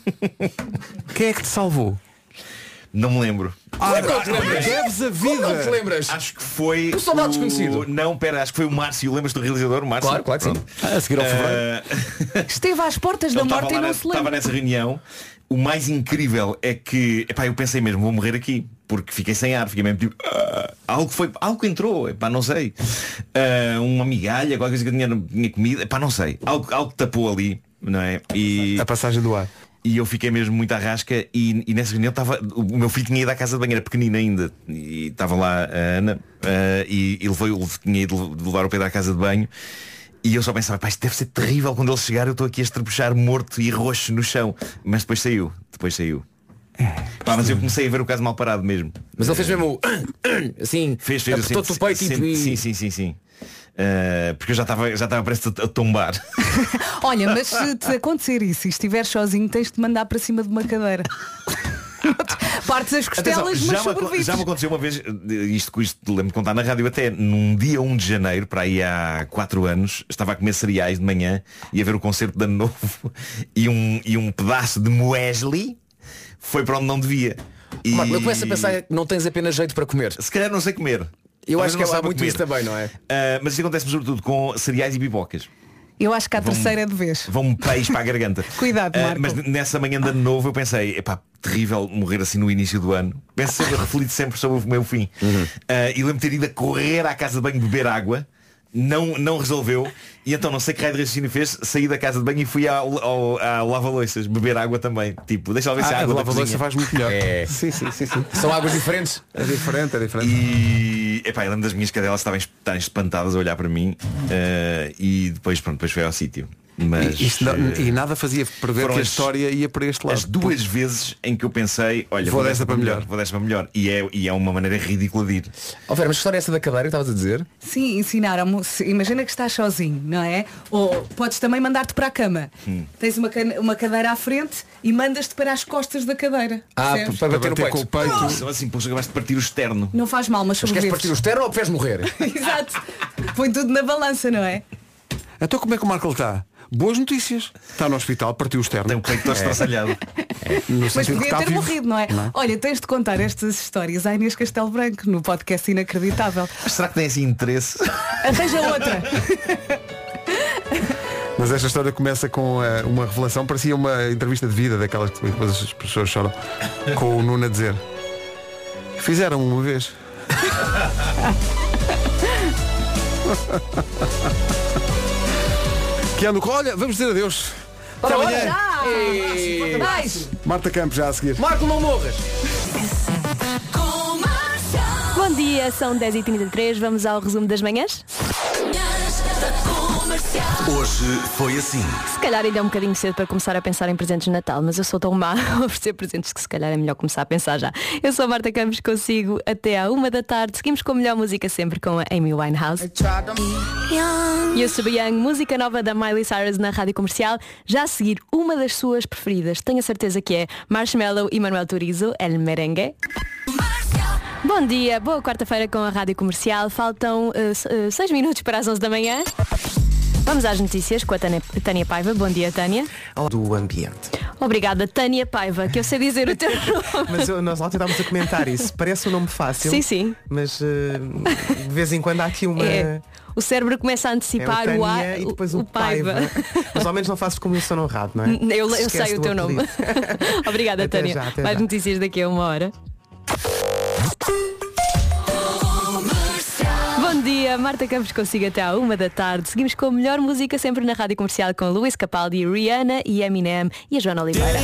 A: Quem é que te salvou?
I: Não me lembro.
F: Como Ah, não te lembras?
A: Deves a
F: Como é não te
A: vida.
F: lembras?
I: Acho que foi.
F: Um soldado
I: o-
F: desconhecido.
I: Não, pera, acho que foi o Márcio. Lembras do realizador, o Márcio?
F: Claro, claro que sim.
I: Pronto.
A: A seguir ao fevereiro.
I: *laughs* Eh,
D: Esteve às portas da
I: Ele estava
D: morte e
I: lá
D: não
I: na-
D: se lembra.
I: Estava nessa reunião. O mais incrível é que, epá, eu pensei mesmo, vou morrer aqui, porque fiquei sem ar, fiquei mesmo tipo, "Ah", algo foi, algo entrou, epá, não sei. Ah, uma migalha, qualquer coisa que eu tinha, tinha comida, epá, não sei. Algo, algo tapou ali, não é? E,
A: A passagem do ar.
I: e eu fiquei mesmo muito à rasca e, e nessa reunião estava. O meu filho tinha ido à casa de banho, era pequenino ainda. E estava lá a Ana ah, e ele foi, ele tinha ido levar o Pedro à casa de banho. E eu só pensava, pá, isto deve ser terrível quando ele chegar, eu estou aqui a estrebuchar morto e roxo no chão. Mas depois saiu, depois saiu. Pá, mas eu comecei a ver o caso mal parado mesmo.
F: É. Mas ele fez mesmo o *coughs* assim,
I: Fez, fez assim.
F: apertou-te o peito
I: sempre-
F: e...
I: Sim, sim, sim, sim. Ah, porque eu já estava já estava prestes a tombar.
D: Olha,
I: *laughs*
D: mas se te acontecer isso e estiveres sozinho, tens de mandar para cima de uma cadeira. *laughs* Partes as
I: Atenção,
D: costelas,
I: já,
D: mas
I: me, acon-
D: sobrevives.
I: já me aconteceu uma vez, eh, isto, isto lembro de contar na rádio até, num dia 1 de janeiro, para aí há 4 anos, estava a comer cereais de manhã e a ver o concerto de ano novo *laughs* e um, e um pedaço de muesli foi para onde não devia. E...
F: Marco, eu começo a pensar que não tens apenas jeito para comer.
I: Se calhar não sei comer.
F: Eu
I: Talvez
F: acho
I: não
F: que é lá
I: saiba
F: muito
I: comer.
F: isso também, não é?
I: Ah, mas isso acontece sobretudo com cereais e pipocas.
D: Eu acho que a
I: Vão-
D: terceira é de vez.
I: Vão-me peixe para a garganta.
D: *laughs* Cuidado,
I: Ah,
D: Marco.
I: mas n- nessa manhã de ano novo eu pensei, epá, terrível morrer assim no início do ano. Penso sempre, reflito sempre sobre o meu fim.
A: Uhum.
I: Ah, e lembro-me de ter ido a correr à casa de banho beber água. Não, não resolveu E então não sei que raio de raciocínio fez Saí da casa de banho e fui ao, ao, ao lava-loiças Beber água também Tipo, deixa lá ver se há
A: Ah, a
I: água da
A: lava-louça
I: cozinha.
A: faz muito melhor.
I: É.
A: Sim, sim, sim, sim.
F: São águas *laughs* diferentes.
A: É diferente, é diferente.
I: E epá, eu lembro ah, das minhas cadelas estavam esp- estavam espantadas a olhar para mim eh, e depois pronto, depois foi ao sítio. Mas
A: E, isto não-
I: eh,
A: e nada fazia prever
I: foram
A: que a
I: as-
A: história ia para este lado.
I: as duas vezes em que eu pensei, olha,
A: Vou desta para melhor.
I: vou desta para melhor. E é, e é uma maneira ridícula de ir.
F: Ó Vera, mas que história é essa da cadeira que estavas a dizer?
D: Sim, ensinaram-me. se- Imagina que estás sozinho, não é? Ou podes também mandar-te para a cama.
I: Hum.
D: Tens uma, cana- uma cadeira à frente e mandas-te para as costas da cadeira.
F: Ah,
D: percebes?
F: para
A: Para
F: bater,
A: bater
F: o peito.
A: com o peito.
I: Só assim, pô, acabaste de partir o externo.
D: Não faz mal, mas
F: Mas queres
D: sobrevives.
F: partir o externo ou queres morrer?
D: *laughs* Exato. Põe tudo na balança, não é?
A: Então como é que o Marco está? Boas notícias. Está no hospital, partiu o externo.
I: Tem um o peito todo estressalhado.
A: No
D: Mas
A: sentido que
D: podia
A: está
D: ter
A: vivo.
D: morrido, não é? Olha, tens de contar estas histórias à Inês Castelo Branco no podcast Inacreditável.
I: Mas será que tem assim interesse?
D: Arranja outra.
A: Mas esta história começa com eh, uma revelação, parecia uma entrevista de vida daquelas que depois as pessoas choram, com o Nuno a dizer. Fizeram uma vez. *laughs* que ano com. Olha, vamos dizer adeus. Até amanhã.
D: Já! Mais!
A: Marta Campos já a seguir.
F: Marco, não morras!
J: *laughs* Bom dia, são 10h33, vamos ao resumo das manhãs?
L: Hoje foi assim.
J: Se calhar ainda é um bocadinho cedo para começar a pensar em presentes de Natal, mas eu sou tão má *laughs* a oferecer presentes que se calhar é melhor começar a pensar já. Eu sou a Marta Campos, consigo até à uma da tarde. Seguimos com a melhor música sempre com a Amy Winehouse. E eu sou Young, música nova da Miley Cyrus na Rádio Comercial. Já a seguir, uma das suas preferidas, tenho a certeza que é Marshmallow e Manuel Turizo, El Merengue. Bom dia, boa quarta-feira com a Rádio Comercial. Faltam eh, 6 minutos para as 11 da manhã. Vamos às notícias com a Tânia, Tânia Paiva. Bom dia, Tânia.
F: Do ambiente.
J: Obrigada, Tânia Paiva, que eu sei dizer *laughs* o teu nome.
B: Mas eu- nós lá tentámos a comentar isso. Parece um nome fácil.
J: Sim, sim.
B: Mas eh, de vez em quando há aqui uma.
J: É, o cérebro começa a
B: é o
J: antecipar
B: Tânia
J: o, a,
B: e depois o,
J: o Paiva. *laughs*
B: Mas ao menos não faço como eu sou honrado, não é?
J: N- Eu, eu
B: Esquece
J: sei o
B: do
J: teu nome.
B: apelido.
J: *laughs* Obrigada,
B: Até
J: Tânia.
B: já, até
J: Mais
B: já.
J: notícias daqui a uma hora. Bom dia, Marta Campos consigo até à uma da tarde. Seguimos com a melhor música sempre na Rádio Comercial com Luís Capaldi, Rihanna e Eminem e a Joana Oliveira.